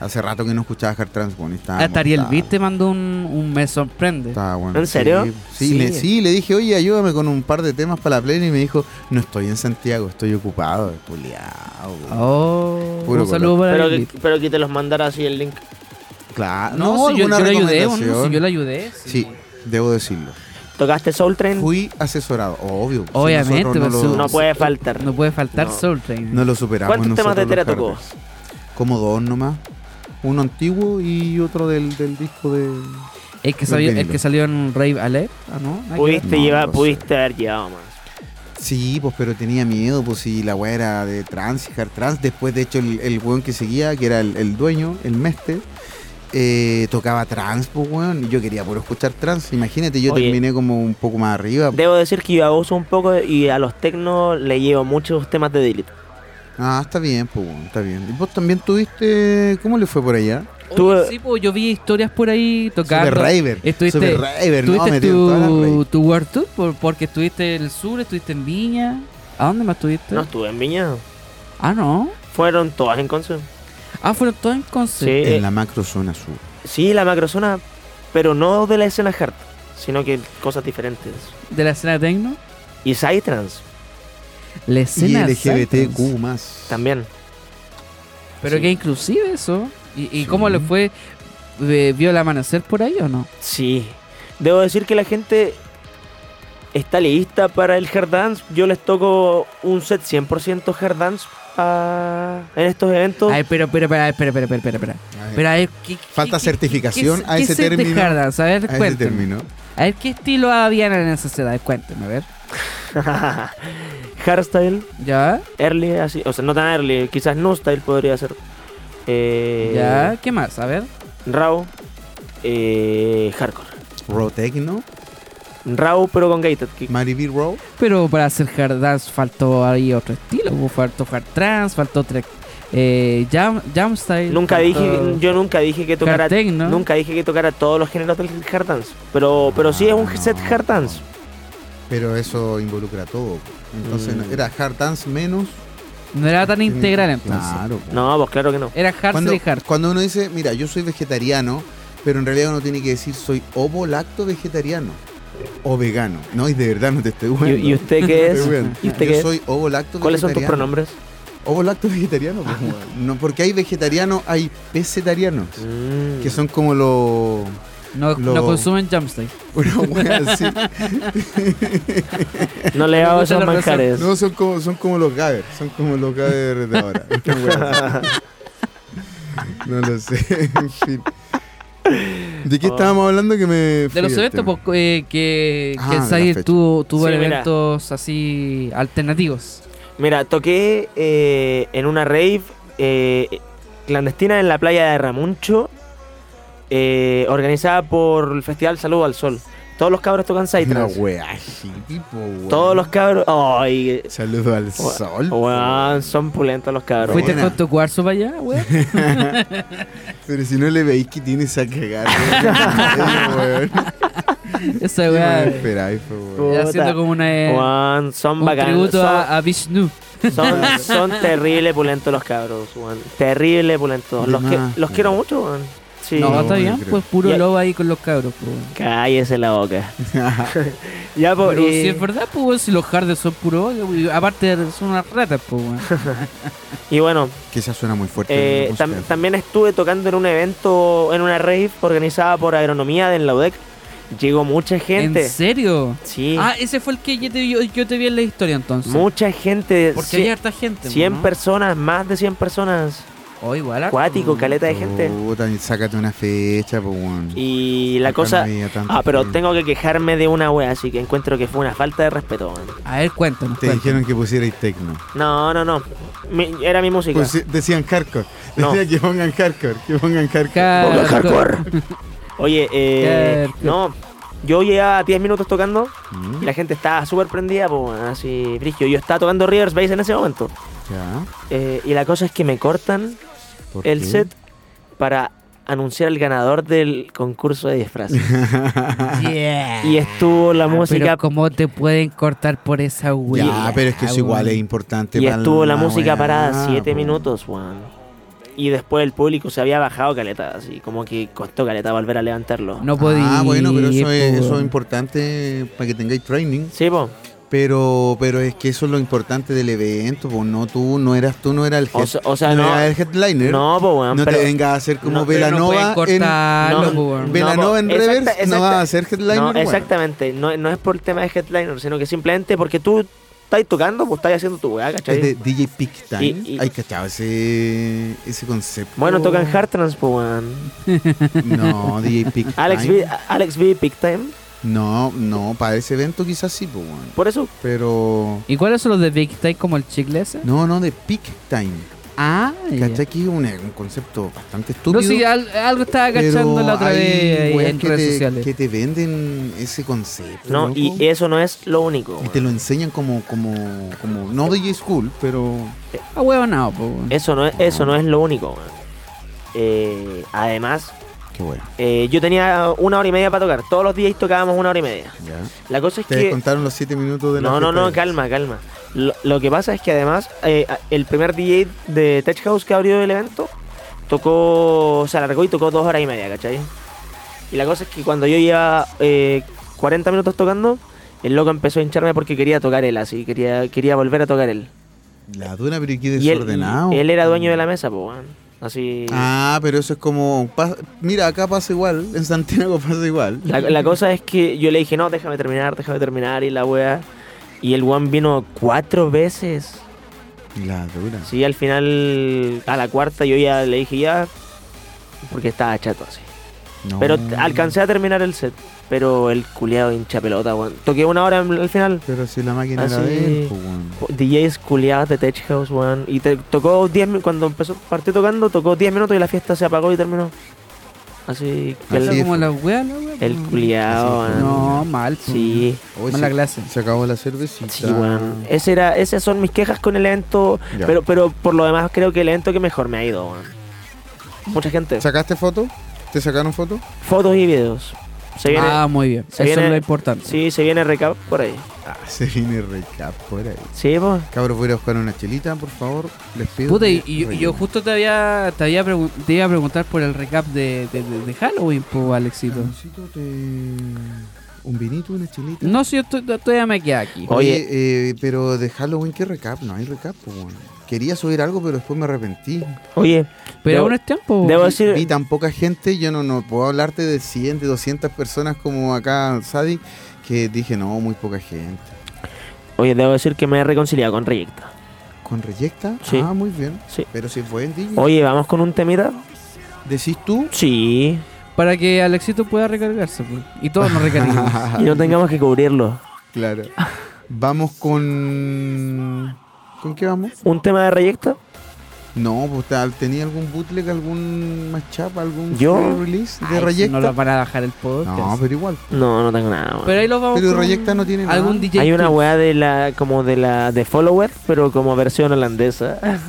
S5: hace rato que no escuchaba Hard Trans, bueno, y estaba
S4: Hasta Ariel
S5: montado,
S4: Beat te mandó un, un me sorprende.
S5: estaba bueno.
S6: ¿En serio?
S5: Sí, sí,
S4: Sí.
S5: Le, sí, le dije, oye, ayúdame con un par de temas para la plena y me dijo, no estoy en Santiago, estoy ocupado, eh, culiao. weón".
S4: Oh,
S5: Puro
S4: un saludo para
S6: Pero
S4: Ariel
S6: que,
S4: Beat.
S6: pero que te los mandara así el link.
S5: Claro,
S4: No, si yo,
S5: alguna
S4: yo le ayudé, no, si
S5: recomendación.
S4: yo le ayudé. sí.
S5: Sí, debo decirlo.
S6: ¿Tocaste Soul Train?
S5: Fui asesorado, obvio. si
S4: Obviamente,
S5: nosotros
S4: pues,
S5: no, lo,
S6: No puede faltar.
S4: No puede faltar
S6: No.
S4: Soul Train.
S5: no lo superamos.
S6: ¿Cuántos temas de
S5: nosotros
S6: Tera
S5: los
S6: tocó?
S5: Hard Trans. Como dos nomás. Uno antiguo y otro del, del disco de...
S4: El que
S5: Del
S4: salió, el
S5: vinilo.
S4: que salió en Rave Alert, ah, ¿no? Nada que ver.
S6: Pudiste
S5: No,
S6: llevar,
S5: no sé.
S6: pudiste haber llevado más.
S5: Sí, pues pero tenía miedo, pues si la weá era de trans y hard trans. Después, de hecho, el, el weón que seguía, que era el, el dueño, el meste, eh, tocaba trans, pues weón. Y yo quería puro escuchar trans. Imagínate, yo
S6: Oye.
S5: terminé como un poco más arriba.
S6: Debo decir que yo abuso un poco y a los tecnos le llevo muchos temas de Delete.
S5: Ah, está bien, pues weón, está bien. ¿Y vos también tuviste. ¿Cómo le fue por allá?
S4: Oye,
S6: Tuve-
S4: sí, pues, yo vi historias por ahí tocando.
S5: Super Raver.
S4: Estuviste,
S5: Super Raver, no,
S4: tuviste
S5: metido en todas las
S4: tu,
S5: raves.
S4: tu World Tour por- porque estuviste en el sur, estuviste en Viña. ¿A dónde más estuviste?
S6: No estuve en Viña.
S4: Ah, no.
S6: Fueron todas en Conce.
S4: Ah, fueron todos en Conce.
S6: Sí. eh,
S5: En la macro zona sur.
S6: Sí, la macrozona, pero no de la escena hard, sino que cosas diferentes.
S4: De la escena tecno.
S6: Y Psytrance
S4: La
S5: Y
S4: escena psytrance.
S5: LGBTQ más.
S6: también.
S4: Pero
S6: Sí.
S4: que inclusive eso. ¿Y, y cómo le fue? Eh, ¿Vio el amanecer por ahí o no?
S6: Sí. Debo decir que la gente está lista para el hard dance. Yo les toco un set 100% hard dance a- en estos eventos.
S4: Ay, pero, pero, pero, espera, espera, espera, espera, espera. Pero a ver, ¿qué-
S5: Falta
S4: qué-
S5: certificación
S4: qué-
S5: a
S4: qué
S5: ese
S4: set de
S5: término.
S4: hard dance? A ver,
S5: A ese
S4: cuéntame.
S5: término.
S4: A ver, ¿qué estilo habían en esa edades? Cuénteme, a ver.
S6: <laughs> Hairstyle,
S4: ¿Ya?
S6: early, así. O sea, no tan early, quizás no style podría ser. Eh,
S4: ¿Ya? ¿Qué más? A ver.
S6: Raw, eh, hardcore.
S5: Raw Techno,
S6: Raw, pero con gated kick.
S5: Mary B. Raw.
S4: Pero para hacer hard dance faltó ahí otro estilo. pues, Faltó hard trance, faltó tre- eh, jam, jam style.
S6: Nunca dije,
S4: faltó-
S6: yo nunca dije que tocara,
S4: Hard techno.
S6: nunca dije que tocara todos los géneros del hard dance, pero, pero sí es un set hard dance.
S5: Pero eso involucra todo. Entonces
S6: Mm.
S5: era hard dance menos.
S4: No era tan integral entonces.
S5: Claro. po.
S6: No, pues claro que no.
S4: Era hard
S5: Cuando,
S4: y hard.
S5: cuando uno dice, mira, yo soy vegetariano, pero en realidad uno tiene que decir, soy ovo lacto vegetariano o vegano. No, y de verdad no te estoy
S6: ¿Y,
S5: jugando.
S6: y usted qué
S5: Estoy
S6: es?
S5: jugando.
S6: ¿Y usted
S5: Yo
S6: qué es?
S5: soy ovo lacto
S6: ¿Cuáles son tus pronombres? Ah,
S5: Ovo lacto vegetariano, pues, weón. no, porque hay vegetarianos, hay pesetarianos,
S6: Mm.
S5: que son como los.
S4: No,
S5: lo- <laughs>
S4: no consumen jump style.
S5: Una wea así.
S6: No le hago
S4: Me gusta
S6: esos
S4: la razón.
S6: manjares.
S5: No, son como, son como los Gaber, son como los Gaber de
S6: <laughs>
S5: ahora. Una wea así. no lo sé, <laughs> en fin. ¿De qué
S6: Oh.
S5: estábamos hablando que me
S4: De
S5: fui este
S4: los
S5: del
S4: eventos
S5: tema?
S4: pues, eh, que,
S5: Ah,
S4: que
S5: de la
S4: Zaire
S5: fecha.
S4: tuvo, tuvo
S6: Sí, mira.
S4: eventos así alternativos.
S6: Mira, toqué eh, en una rave eh, clandestina en la playa de Ramuncho, eh, organizada por el Festival Salud al Sol. Todos los cabros tocan
S5: Una
S6: Psytrance.
S5: wea así, tipo, weón.
S6: Todos los cabros. ¡Ay!
S5: Saludos al
S6: Wea-
S5: sol.
S6: weón, son pulentos los cabros.
S4: ¿Fuiste
S5: buena.
S4: con tu cuarzo para allá,
S5: <laughs>
S4: weón?
S5: Pero si no le veis que tienes a cagar,
S6: <laughs>
S5: weón.
S4: <laughs> Esa
S5: ¿Qué
S4: weá.
S5: más esperáis, po, weón?
S6: Puta.
S4: Haciendo como una. eh,
S6: Weón, son
S4: un
S6: bacanos.
S4: tributo
S6: Son,
S4: a, a Vishnu. <laughs>
S6: son, son terrible pulentos los cabros, weón. Terrible pulentos. Los,
S5: De
S6: que-
S5: más,
S6: los
S5: weón.
S6: quiero mucho, weón. Sí.
S4: No,
S5: No,
S4: está
S5: yo
S4: bien,
S5: creo.
S4: pues puro
S6: Ya-
S4: lobo ahí con los cabros, pues. weón.
S6: Cállese la boca. <laughs> ya, pues.
S4: Pero
S6: y-
S4: si es verdad, pues weón, si los hardes son puro odio, weón, aparte son unas ratas, pues weón.
S6: y bueno,
S5: Que ya suena muy fuerte.
S6: Eh,
S5: la
S6: tam-
S5: música.
S6: también estuve tocando en un evento, en una rave organizada por Agronomía de la UDEC. Llegó mucha gente.
S4: ¿En serio?
S6: Sí,
S4: Ah, ese fue el que yo te, vi- yo, te vi en la historia entonces.
S6: mucha gente.
S4: Porque
S6: cien-
S4: hay harta gente. pues,
S6: 100
S4: ¿no?
S6: personas, más de 100 personas.
S4: Oh, igual. harto.
S6: Acuático, caleta de gente.
S5: Puta, sácate una fecha, po, weón.
S6: Y la
S5: Acá no
S6: cosa.
S5: había tanto,
S6: Ah, pero
S5: weón.
S6: tengo que quejarme de una wea, así que encuentro que fue una falta de respeto. weón.
S4: A ver, cuéntanos.
S5: Te
S4: cuéntanos.
S5: dijeron que pusierais techno.
S6: No, no, no. Mi- era mi música.
S5: Pusi- decían hardcore.
S6: No.
S5: Decían que pongan hardcore, que pongan hardcore.
S4: Hardcore.
S6: <laughs> Oye, eh,
S4: Qué-
S6: no. Yo llevaba 10 minutos tocando
S5: Mm,
S6: y la gente estaba súper prendida, po, así, brillo. Yo estaba tocando Rivers Bass en ese momento.
S5: Mm, ya.
S6: Eh, y la cosa es que me cortan
S5: ¿por
S6: el
S5: qué?
S6: set para anunciar el ganador del concurso de
S5: <laughs>
S6: disfraces.
S4: Yeah.
S6: y estuvo la
S4: Ah,
S6: música
S4: Pero ¿Cómo te pueden cortar por esa wea? Ah,
S5: Ya, pero es que eso igual es
S4: weón?
S5: importante.
S6: y
S5: para Ah,
S6: estuvo la música
S5: weá,
S6: parada siete
S5: po.
S6: minutos, weón. Y después el público se había bajado caleta, así como que costó caleta volver a levantarlo.
S4: No podía.
S5: Ah, bueno, pero eso es,
S4: po,
S5: eso es
S4: weón.
S5: importante para que tengáis training.
S6: Sí, po.
S5: Pero pero es que eso es lo importante del evento. po. No tú, no eras tú, no era el,
S6: O
S5: head-
S6: sea- o sea, no.
S5: era el headliner.
S6: No, po, weón.
S5: No
S6: pero-
S5: te vengas a hacer como
S6: no,
S4: Pero no pueden
S5: Velanova en,
S4: cortarlo,
S6: no,
S4: po, Ah, weón.
S6: ve-
S5: Velanova
S6: po,
S5: en
S6: exacta-
S5: Reverse,
S6: exacta-
S5: no vas a ser headliner.
S6: No,
S5: weón.
S6: exactamente. No, no es por el tema de headliner, sino que simplemente porque tú estás tocando, pues estás haciendo tu weá, ¿cachai?
S5: Es de DJ Peak Time.
S6: Y- y-
S5: Ay, cachado, ese, ese concepto.
S6: Bueno, tocan
S5: Oh.
S6: Hard Trans, po, weón.
S5: No, DJ Peak
S6: <laughs> Alex
S5: Time.
S6: B, Alex B, Peak Time.
S5: No, no, para ese evento quizás sí, pues, weón.
S6: Por eso,
S5: Pero.
S4: ¿Y cuáles son los de Big Time como el chicle ese?
S5: No, no, de Peak Time.
S4: Ah, ya.
S5: ¿Cachai? Que es un, un concepto bastante
S4: No
S5: estúpido.
S4: sí, al- algo estaba cachando
S5: pero
S4: la otra
S5: hay
S4: vez ahí
S5: weas
S4: en
S5: que
S4: redes
S5: te-
S4: sociales.
S5: Que te venden ese concepto.
S6: no,
S5: loco,
S6: y eso no es lo único.
S5: y
S6: weón.
S5: te lo enseñan como, como, como, no DJ School, pero
S4: Ah, weón, no, po, weón.
S6: Eso no es,
S5: Oh.
S6: eso no es lo único. weón. Eh, además,
S5: qué bueno,
S6: eh, yo tenía una hora y media para tocar. Todos los días tocábamos una hora y media.
S5: ya.
S6: La cosa es
S5: Te
S6: que...
S5: contaron los siete minutos de la
S6: No, no,
S5: fiesta
S6: no,
S5: de-
S6: calma, calma. Lo, lo que pasa es que además eh, a- el primer DJ de Tech House que abrió el evento tocó, se alargó y tocó dos horas y media, ¿cachai? Y la cosa es que cuando yo llevaba eh, 40 minutos tocando, el loco empezó a hincharme porque quería tocar él, así, quería, quería volver a tocar él.
S5: La dura, pero y qué
S6: Y él,
S5: desordenado.
S6: él era dueño de la mesa, pues, Así...
S5: Ah, pero eso es como. pas- mira, acá pasa igual. <laughs> En Santiago pasa igual.
S6: La, la cosa es que yo le dije, no, déjame terminar, déjame terminar, y la wea. Y el one vino cuatro veces.
S5: La dura.
S6: Sí, al final, a la cuarta yo ya le dije ya, porque estaba chato así.
S5: No.
S6: Pero t- alcancé a terminar el set. Pero el culiado hincha pelota, weón. Toqué una hora en- al final.
S5: Pero si la máquina
S6: Ah,
S5: era de él,
S6: sí.
S5: pues, weón.
S6: DJs culiados de Tech House, weón. Y te- tocó 10 mi- Cuando empezó, partió tocando, tocó 10 minutos y la fiesta se apagó y terminó. Así que
S5: Así
S6: el,
S5: es.
S4: como la wea, la wea,
S6: el
S4: pues.
S6: culiado, weón.
S4: No, mal. pues.
S6: Sí,
S5: Hoy
S4: Mala
S5: se-
S4: clase.
S5: Se acabó la cervecita.
S6: sí, weón. Ese era, esas son mis quejas con el evento.
S5: Ya.
S6: Pero, pero por lo demás, creo que el evento que mejor me ha ido, weón. Mucha gente.
S5: ¿Sacaste foto? ¿Te sacaron foto?
S6: Fotos y videos. Se viene,
S4: Ah, muy bien.
S6: se
S4: Eso
S6: viene-
S4: es lo importante.
S6: Sí, se viene recap por ahí.
S5: Ah, se viene recap por ahí.
S6: Sí, pues.
S5: Cabros, voy a ir a buscar una chelita, por favor. Les pido.
S4: Puta, y,
S5: que
S4: y yo,
S5: rellenen.
S4: yo justo te había, te había pregun- te iba a preguntar por el recap de, de- de- de Halloween, po, Alexito.
S5: Necesito te- un vinito, una chelita.
S4: No, si yo estoy- todavía me quedé aquí.
S5: Oye, eh, pero de Halloween, ¿qué recap? No hay recap, pues, weón. Quería subir algo, pero después me arrepentí.
S6: Oye,
S4: Pero
S6: debo-
S4: aún es tiempo.
S6: debo
S5: Vi-
S6: decir.
S5: Vi tan poca gente, yo no, no puedo hablarte de 100, de 200 personas como acá, Sadi, que dije, no, muy poca gente.
S6: Oye, debo decir que me he reconciliado con Reyecta.
S5: ¿Con Reyecta?
S6: Sí.
S5: Ah, muy bien.
S6: Sí.
S5: Pero si fue en DJ.
S6: Oye, ¿vamos con un temita?
S5: ¿Decís tú?
S6: Sí.
S4: Para que Alexito pueda recargarse, pues. Y todos nos
S6: <laughs>
S4: recarguemos.
S6: Y no tengamos que cubrirlo.
S5: Claro. Vamos con... ¿Con qué vamos?
S6: ¿Un tema de Reyecta?
S5: No, pues tal, tenía algún bootleg, algún matchup, algún
S6: ¿Yo?
S5: full release de
S4: Ay, si
S5: Reyecta.
S4: No lo van a bajar el podcast.
S5: No, pero igual.
S6: No, no tengo nada. weón.
S4: Pero ahí los vamos.
S5: Pero
S4: con
S5: Reyecta no tiene nada.
S4: Algún DJ.
S6: Hay una
S4: que-
S6: weá de la, como de la, de Follower, pero como versión holandesa. <laughs>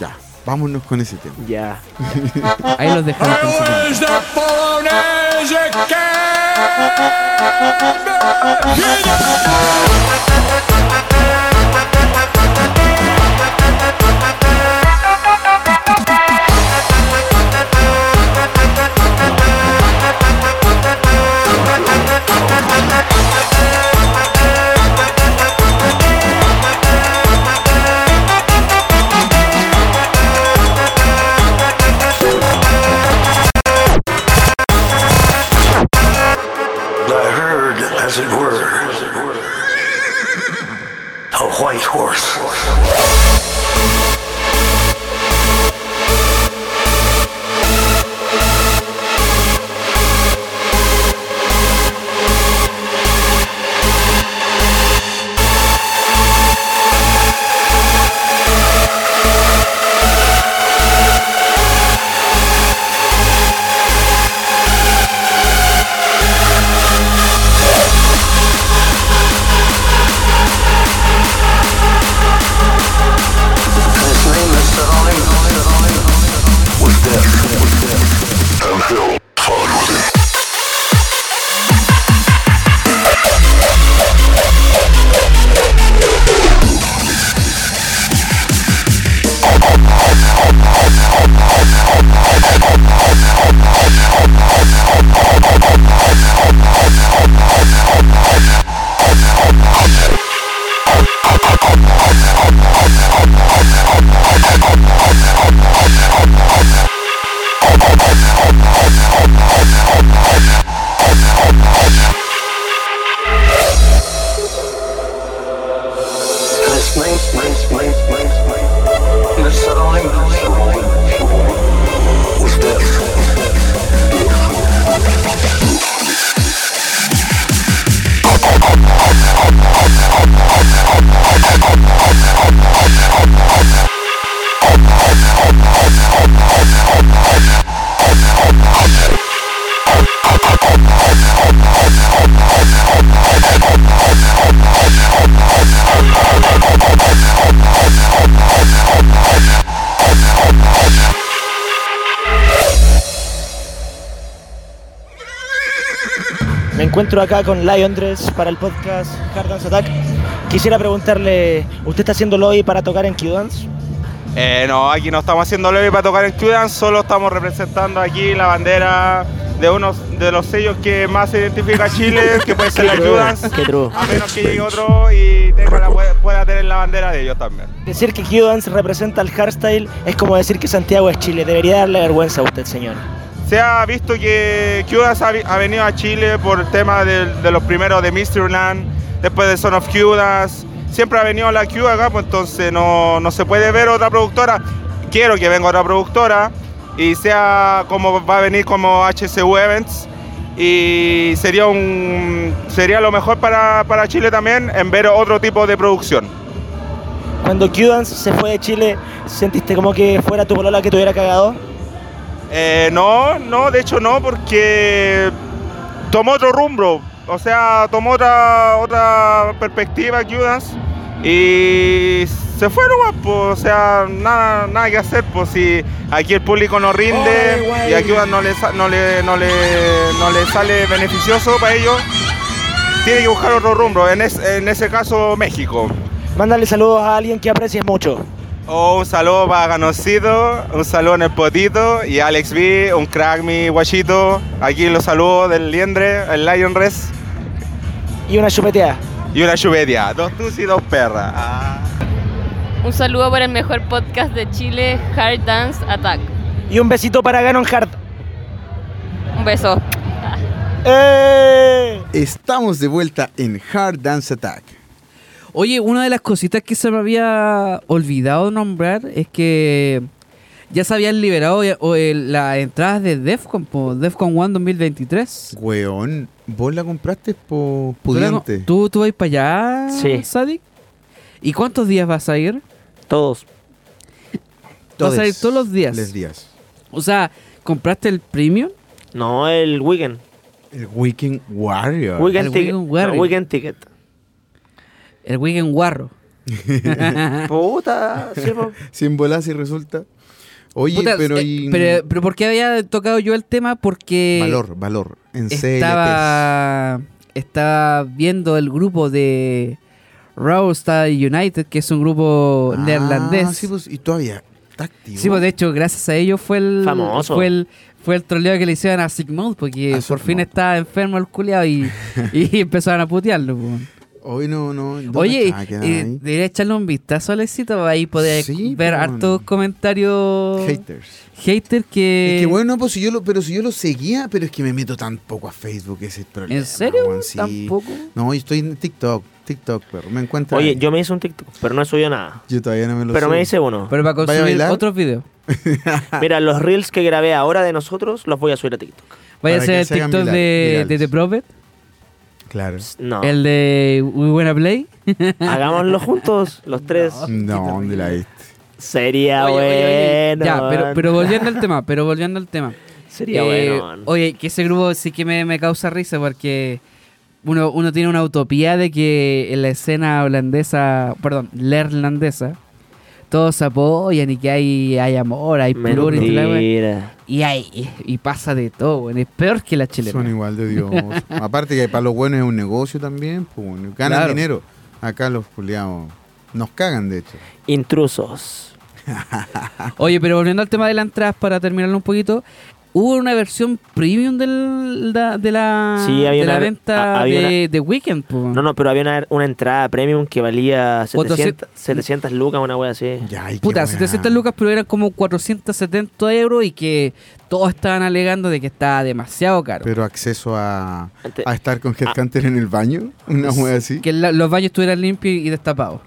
S5: Ya, vámonos con ese tema.
S6: ya.
S4: Ahí los
S5: Ah,
S4: dejamos. con su tema.
S2: I heard, as it were, a white horse. His name is Saddam. Was death and hell followed with him. His name, name, name, name, name. Mr. Saddam. Was death.
S7: Me encuentro acá con Lion Dress para el podcast Hard Dance Attack. Quisiera preguntarle, ¿usted está haciendo lobby para tocar en Q-Dance?
S12: Eh, no, aquí no estamos haciendo lobby para tocar en Cudan, solo estamos representando aquí la bandera de uno de los sellos que más identifica
S6: <laughs>
S12: a Chile, que puede ser la Cudan,
S6: Qué true.
S12: a menos que llegue otro y tenga la, pueda tener la bandera de ellos también.
S7: Decir que Q-Dance representa el hardstyle es como decir que Santiago es Chile. Debería darle vergüenza a usted, señor.
S12: Se ha visto que Cudas ha, vi- ha venido a Chile por el tema del- de, los primeros de Mysteryland, después de Son of Cudas. Siempre ha venido la Q acá, pues entonces no, no se puede ver otra productora. Quiero que venga otra productora, y sea como va a venir como HCU Events y sería un sería lo mejor para, para Chile también en ver otro tipo de producción.
S7: Cuando Q-Dance se fue de Chile, ¿sentiste como que fuera tu polola que te hubiera cagado?
S12: Eh, no, no, de hecho no, porque tomó otro rumbo, o sea, tomó otra, otra perspectiva Q-Dance y se fue nomás, pues, o sea, nada, nada que hacer, pues si aquí el público no rinde y a Q-Dance no le, sa- no, le, no, le, no le sale beneficioso para ellos, tiene que buscar otro rumbo, en, es- en ese caso México.
S7: Mándale saludos a alguien que aprecies mucho.
S12: Oh, un saludo para Ganocido, un saludo en el potito y Alex B, un crack mi guachito. Aquí los saludos del liendre, el Lion Res
S7: Y una chupetea.
S12: y una chubedia. Dos tus y dos perras. Ah.
S11: Un saludo por el mejor podcast de Chile, Hard Dance Attack.
S7: Y un besito para Ganon Hart.
S11: Un beso.
S7: ¡Eh!
S5: Estamos de vuelta en Hard Dance Attack.
S4: Oye, una de las cositas que se me había olvidado nombrar es que ya se habían liberado ya- o el- las entradas de DEFCON, po, DEFCON 1 2023.
S5: Weón, vos la compraste por
S4: ¿Tú la-
S5: pudiente.
S4: ¿Tú, tú vas para allá,
S5: Sí.
S4: Sadik? ¿Y cuántos días vas a ir?
S6: Todos.
S4: ¿Vas a ir
S6: Todes.
S4: todos los días?
S6: Les
S5: días.
S4: O sea, ¿compraste el premium?
S6: No, el weekend.
S5: El Weekend Warrior.
S4: Ah,
S6: Weekend,
S4: El
S6: ticket.
S4: Weekend Warrior.
S6: No, weekend ticket.
S4: El Weekend Warro. Ah. <laughs>
S6: Puta, sí, po.
S5: Sin volar, si resulta. Oye,
S4: Puta,
S5: pero,
S4: eh,
S5: y- mm,
S4: pero. pero ¿por qué había tocado yo el tema? Porque.
S5: Valor, valor. En
S4: estaba, estaba viendo el grupo de Star United, que es un grupo
S5: CLTs. Ah,
S4: neerlandés.
S5: sí, pues, y todavía está activo.
S4: Sí, pues de hecho, gracias a ellos fue el.
S5: Famoso.
S4: Fue el, fue el troleo que le hicieron a Sigmund, porque
S5: Ah,
S4: por fin estaba enfermo el culiado
S5: <laughs>
S4: y, y empezaron a putearlo. po.
S5: Hoy no, no. no
S4: Oye,
S5: cachaba que
S4: eh,
S5: era ahí.
S4: debería echarle un vistazo al éxito, ahí poder
S5: Sí, pues,
S4: ver
S5: po,
S4: hartos comentarios.
S5: Haters.
S4: Hater que.
S5: Es que bueno, pues si yo lo, pero si yo lo seguía, pero es que me meto tan poco a Facebook, ese es el problema.
S4: ¿En serio?
S5: weón, sí.
S4: Tampoco.
S5: No, yo estoy en TikTok, TikTok, pero me encuentro.
S6: Oye,
S5: ahí.
S6: yo me hice un TikTok, pero no he subido nada.
S5: yo todavía no me lo
S6: Pero me
S5: subo.
S6: hice uno.
S4: Pero ah. para
S5: ¿Vaya a
S4: consumir
S5: bailar?
S4: otros videos.
S6: Mira, los reels que grabé ahora de nosotros los voy a subir a TikTok.
S4: Vaya a
S6: Para
S4: ser
S6: que
S4: el
S6: se hagan
S4: TikTok
S6: viral-
S4: de, de
S6: virales.
S4: The Prophet.
S5: Claro.
S6: No.
S4: El de We Wanna <laughs> Play. <laughs>
S6: Hagámoslo juntos, los tres.
S5: No, ¿dónde la viste?
S6: Sería
S4: Oye, oye, oye,
S6: bueno.
S4: Ya, pero, pero volviendo al tema, pero volviendo al
S6: <laughs>
S4: tema. Eh,
S6: Sería bueno.
S4: Oye, que ese grupo sí que me, me causa risa porque uno, uno tiene una utopía de que en la escena holandesa, perdón, neerlandesa, todos se apoyan y que hay, hay amor, hay plur y toda la wea.
S6: Mentira.
S4: y hay y pasa de todo, weón. es peor que la chilena.
S5: Son igual de
S6: <laughs>
S5: Dios. Aparte que para los buenos es un negocio también, pues, bueno, ganan
S4: Claro.
S5: dinero. Acá los juliados nos cagan, de hecho.
S6: Intrusos.
S4: Ah. Oye, pero volviendo al tema de la entrada, para terminarlo un poquito, hubo una versión premium del, da- de la,
S6: Sí, había
S4: de la
S6: una-
S4: venta
S6: a- había
S4: de,
S6: una-
S4: de Weekend. po.
S6: No, no, pero había una, una entrada premium que valía
S4: Cuatrocientos-
S6: 700, 700 lucas, una wea así.
S4: Puta, 700 lucas, pero eran como 470 euros y que todos estaban alegando de que estaba demasiado caro.
S5: Pero acceso a,
S4: Ante-
S5: a estar con Headhunter en el baño, una wea así.
S4: Que la- los baños estuvieran limpios y
S5: <laughs>
S4: destapados.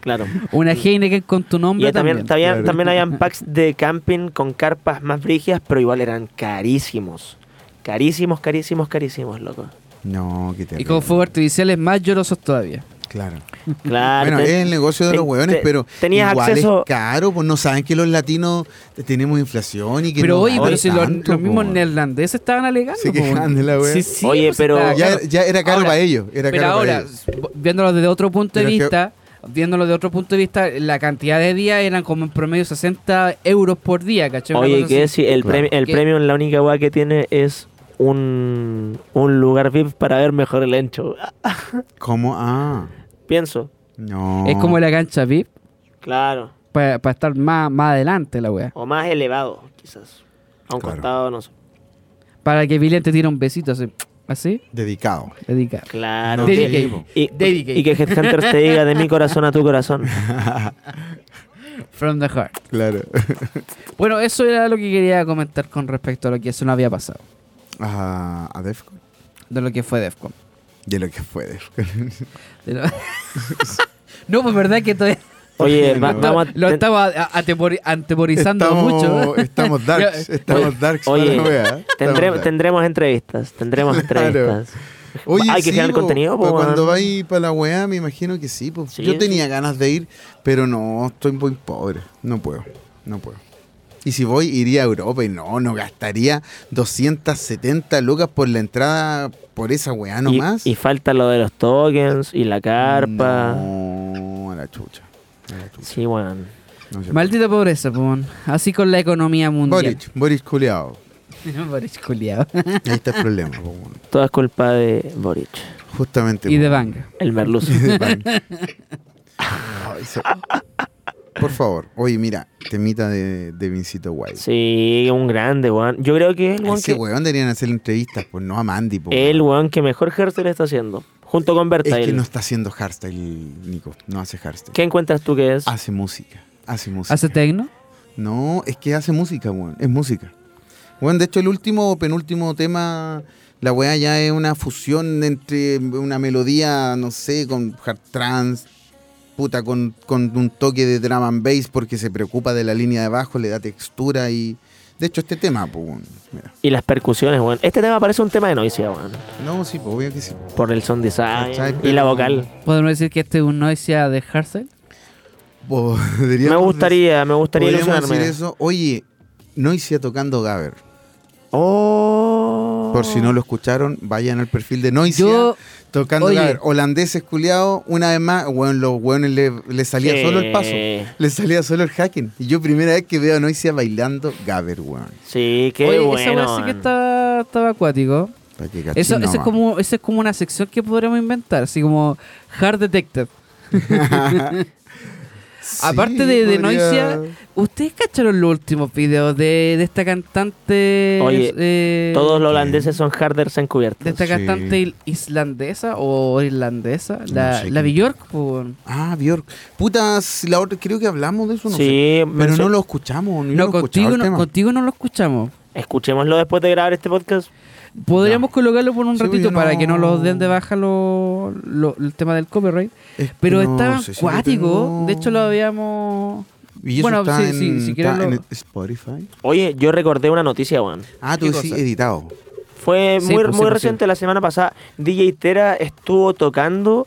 S6: Claro.
S4: Una Heineken con tu
S6: Y
S4: nombre
S6: ahí
S4: también.
S6: también, también,
S5: <laughs>
S6: también habían packs de camping con carpas más brigias, pero igual eran carísimos. Carísimos, carísimos, carísimos, loco.
S5: No, qué
S4: Y
S5: terrible.
S4: con fuegos artificiales más llorosos todavía.
S5: Claro.
S6: Claro.
S5: Bueno,
S6: Ah, te-
S5: es el negocio de
S6: te-
S5: los hueones,
S6: te-
S5: pero
S6: Tenías
S5: igual
S6: acceso.
S5: es caro, pues no saben que los latinos tenemos inflación y que
S4: Pero
S5: no
S4: oye,
S5: vale
S4: pero si los,
S5: tanto, pues.
S4: los mismos
S5: po.
S4: neerlandeses estaban alegando.
S5: Se
S4: po.
S5: quejaban de la wea.
S4: Sí, sí,
S6: Oye,
S4: pues,
S6: pero-
S4: estaba
S5: Ya-
S4: caro.
S5: ya era caro para ellos, era
S4: pero
S5: caro para
S4: ahora,
S5: ellos.
S4: s- viéndolo desde otro punto de
S5: Pero es que-
S4: vista, viéndolo de otro punto de vista, la cantidad de días eran como en promedio 60 euros por día, ¿cachai? Una
S6: Oye,
S4: cosa
S6: que
S4: así.
S6: decir, el, premi- el
S4: Que-
S6: premium la única weá que tiene es un, un lugar VIP para ver mejor el encho. Ah,
S5: ¿Cómo? Ah,
S6: Pienso.
S5: no.
S4: Es como la cancha VIP,
S6: Claro.
S4: para estar más, más adelante la wea.
S6: O más elevado, quizás. A un costado, no sé.
S4: Para que Vilén te tire un besito así. ¿Así?
S5: Dedicado.
S4: Dedicado.
S6: Claro.
S4: No,
S6: que-
S4: dedicate.
S6: y,
S4: Dedicate.
S6: y que Headhunter te diga de mi corazón a
S5: <laughs>
S6: tu corazón.
S4: From the heart.
S5: Claro. <laughs>
S4: Bueno, eso era lo que quería comentar con respecto a lo que eso no había pasado.
S5: a, a Defcon.
S4: De lo que fue Defcon.
S5: De lo que fue Defcon.
S4: <laughs> De lo- no, pues verdad que todavía...
S5: <laughs>
S6: Oye, va- vamos a-
S4: Lo estaba a- atepori- anteporizando
S5: Estamos-
S4: mucho. ¿eh? <laughs>
S5: estamos darks,
S4: Ya,
S5: estamos
S6: Oye,
S5: darks para
S6: Oye,
S5: la wea,
S6: <laughs>
S5: ¿eh?
S6: tendremos-
S5: Estamos
S6: tendremos entrevistas, tendremos
S5: Claro.
S6: entrevistas.
S5: Oye,
S6: Hay que
S5: sí,
S6: crear el
S5: po,
S6: contenido,
S5: pa'
S6: po,
S5: cuando
S6: weón.
S5: vais para la weá, me imagino que sí, po.
S6: Sí,
S5: Yo tenía
S6: sí.
S5: ganas de ir, pero no, estoy muy pobre. No puedo, no puedo. Y si voy, iría a Europa y no, no gastaría 270 lucas por la entrada por esa weá
S6: y,
S5: nomás.
S6: y falta lo de los tokens y la carpa.
S5: No, a la chucha. a la chucha.
S6: Sí, weón.
S5: No se
S4: Maldita pobreza, pon. Así con la economía mundial.
S5: Boric, Boric culiao.
S4: <laughs> Boric culiao.
S5: Ahí está el
S6: <laughs>
S5: problema, po, weón.
S6: Toda es culpa de Boric,
S4: <laughs>
S5: justamente.
S4: y
S5: po.
S4: de Bang.
S6: el
S5: <laughs>
S6: merluzo.
S5: Y de pan. Ay, se- Por favor, oye, mira, temita de, de Vincito White.
S6: sí, un grande, weón. Yo creo que es el
S5: A
S6: weón
S5: ese
S6: que,
S5: weón deberían hacer entrevistas, pues no a Mandy, po,
S6: el weón que mejor Hertel está haciendo. Junto con
S5: Es
S6: Berta.
S5: que no está haciendo hardstyle, Nico. No hace hardstyle.
S6: ¿Qué encuentras tú que es?
S5: Hace música. Hace música.
S4: ¿Hace tecno?
S5: No, es que hace música, weón. Es música. Weón, de hecho, el último o penúltimo tema, la weá ya es una fusión entre una melodía, no sé, con hard trance, puta, con, con un toque de drum and bass porque se preocupa de la línea de bajo, le da textura y. De hecho, este tema, pues, weón. Mira.
S6: Y las percusiones, weón. Este tema parece un tema de Noisia, weón.
S5: No, sí, pues, obvio que sí. <laughs> po.
S6: Por el son
S5: ¿Cachai?
S6: design y
S5: Ah, Pero-
S6: la vocal.
S4: ¿Podemos decir que este es un noisia de Hardstyle?
S6: Me
S5: Podríamos
S6: gustaría, me gustaría
S5: Podríamos
S6: ilusionarme.
S5: decir eso. Oye, Noisia tocando Gaber.
S6: Oh.
S5: Por si no lo escucharon, vayan al perfil de Noisia
S4: Yo,
S5: tocando
S4: oye.
S5: Gaber. Holandeses culiados, una vez más, weón, los weones le, le salía
S6: Sí.
S5: solo el paso. Le salía solo el hacking. Y yo primera vez que veo a Noisia bailando Gaber, weón.
S6: Sí, qué
S4: Oye,
S6: bueno.
S4: esa weá sí que
S6: weón.
S4: estaba, estaba acuático.
S5: Pa' que cachis
S4: Eso, eso es
S5: nomás.
S4: como, esa es como una sección que podríamos inventar, así como Hard Detective.
S5: <laughs> Sí,
S4: <laughs> Aparte de, de
S5: podría-
S4: Noisia, ¿ustedes cacharon los últimos videos de, de esta cantante?
S6: Oye,
S4: eh,
S6: Todos los holandeses son harders encubiertos.
S4: De esta
S5: Sí.
S4: cantante il- islandesa o irlandesa, la,
S5: sé
S4: la
S5: quién.
S4: Bjork, pues.
S5: Ah, Bjork. Putas, la otra, creo que hablamos de eso, no sé.
S6: sí,
S5: Pero
S6: menso-
S5: no lo escuchamos, no,
S4: No,
S5: lo
S4: contigo,
S5: escuchamos.
S4: no, contigo no lo escuchamos.
S6: Escuchémoslo después de grabar este podcast.
S4: Podríamos colocarlo por un
S5: Sí,
S4: ratito
S5: yo
S4: para
S5: no-
S4: que no los den de baja lo- lo- el tema del copyright. Pero estaba acuático. De hecho, lo habíamos.
S5: Y eso
S4: Bueno,
S5: está
S4: sí,
S5: en,
S4: sí, si quieres
S5: está
S4: lo-
S5: en Spotify.
S6: Oye, yo recordé una noticia, weón.
S5: Ah, tú
S4: ¿Qué
S5: decís
S4: cosa?
S5: editado.
S6: Fue
S4: Sí,
S6: muy,
S4: pues, sí,
S6: muy
S4: pues,
S6: reciente, la semana pasada. DJ Tera estuvo tocando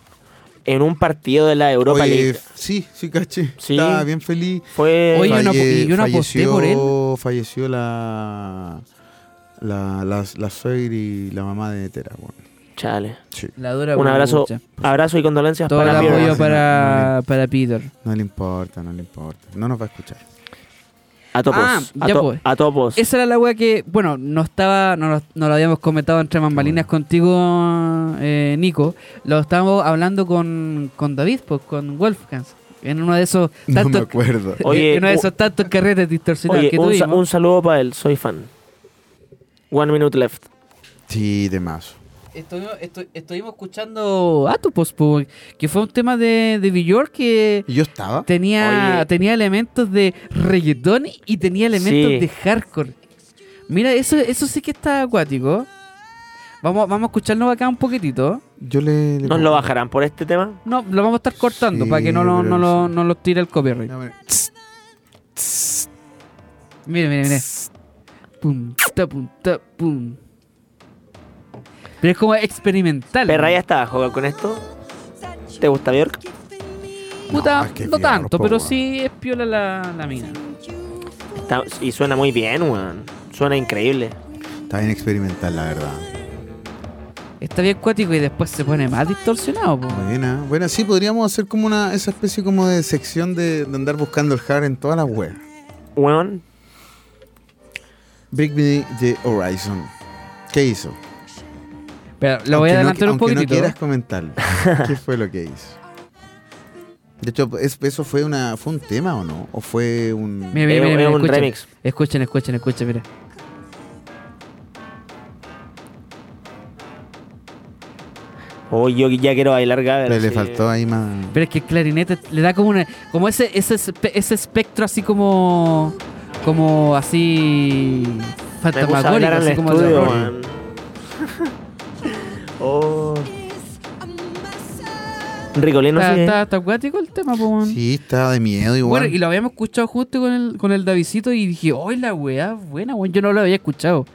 S6: en un partido de la Europa
S5: Oye,
S6: League.
S5: f- sí, sí, caché.
S6: Sí.
S5: Estaba bien feliz.
S6: Fue.
S4: Oye, una- y yo no aposté
S5: falleció,
S4: por él.
S5: Falleció la, la, la, la suegra y la mamá de Tera. Bueno,
S6: Chale.
S5: sí,
S4: La dura
S6: Un abrazo,
S4: bucha.
S6: abrazo y condolencias
S4: Todo el
S6: para
S5: la
S6: Pierre.
S5: voy
S4: apoyo
S5: Bjork.
S4: para, para Peter.
S5: no le importa, no le importa. No nos va
S4: <laughs>
S5: a escuchar.
S6: A topos.
S4: Ah,
S6: a,
S4: ya
S6: to-
S4: pues.
S6: a topos.
S4: Esa era la wea que, bueno, no estaba, no, lo- no lo habíamos comentado entre bambalinas contigo, eh, Nico. Lo estábamos hablando con, con David, pues, con Wolfgang. En uno de esos
S5: No me
S4: tantos,
S5: acuerdo.
S4: <laughs>
S6: Oye,
S4: en uno de
S6: u-
S4: esos tantos carretes distorsionados
S6: Oye,
S4: que
S6: un, sa-
S4: tuvimos.
S6: un saludo para él, soy fan. One minute left.
S5: Sí, de más.
S4: Estuvimos, estu- estuvimos escuchando Atopos, pues, que fue un tema de, de Villor que
S5: ¿Y yo estaba?
S4: tenía,
S6: Oye.
S4: tenía elementos de reggaetón y tenía elementos
S6: Sí.
S4: de hardcore. Mira, eso, eso sí que está acuático. Vamos, vamos a escucharnos acá un poquitito.
S5: Yo le. le
S6: ¿Nos lo bajarán por este tema?
S4: No, lo vamos a estar cortando
S5: Sí,
S4: para que no lo,
S5: pero
S4: no, lo,
S5: sí.
S4: no lo tire el copyright.
S5: A ver.
S4: Mire, mire, mire. Pum, ta, pum, ta, pum. Pero es como experimental.
S6: Perra ya está, juega con esto. ¿Te gusta Bjork?
S4: Puta,
S5: No,
S4: no,
S5: es que es bien
S4: tanto,
S5: ropa,
S4: pero
S5: weón.
S4: sí es piola la, la mina.
S6: Está- y suena muy bien, weón. Suena increíble.
S5: Está bien experimental, la verdad.
S4: Está bien cuático y después se pone más distorsionado, po.
S5: Buena, buena. ¿eh? Sí, podríamos hacer como una esa especie como de sección de, de andar buscando el hard en todas las webs.
S6: Weón,
S5: Bring me the horizon. ¿Qué hizo?
S4: Pero lo voy a adelantar
S5: Aunque no-
S4: un
S5: aunque
S4: poquitito.
S5: no quieras
S4: <laughs>
S5: comentarlo. ¿Qué fue lo que hizo? De hecho, es- ¿eso fue una fue un tema o no? ¿O fue un...?
S4: Mira, mira,
S6: Es-
S4: mira,
S6: es
S4: mira,
S6: un
S4: escuchen.
S6: remix.
S4: Escuchen, escuchen, escuchen, mira.
S6: hoy yo ya quiero bailar Gaber.
S5: le, le
S6: sí.
S5: faltó ahí más...
S4: Pero es que el clarinete le da como una, como ese, ese, espe- ese espectro así como, como así
S6: Me gusta
S4: fantasmagórico,
S6: bailar en
S4: así
S6: el
S4: como
S6: estudio,
S4: terror.
S6: weón. <laughs> oh. Ricolino
S4: Está,
S6: sí.
S4: está, está acuático el tema, po, weón.
S5: Sí, está de miedo igual.
S4: Bueno, y lo habíamos escuchado justo con el, con el Davidcito y dije, ¡ay, la weá buena, weón! Yo no lo había escuchado.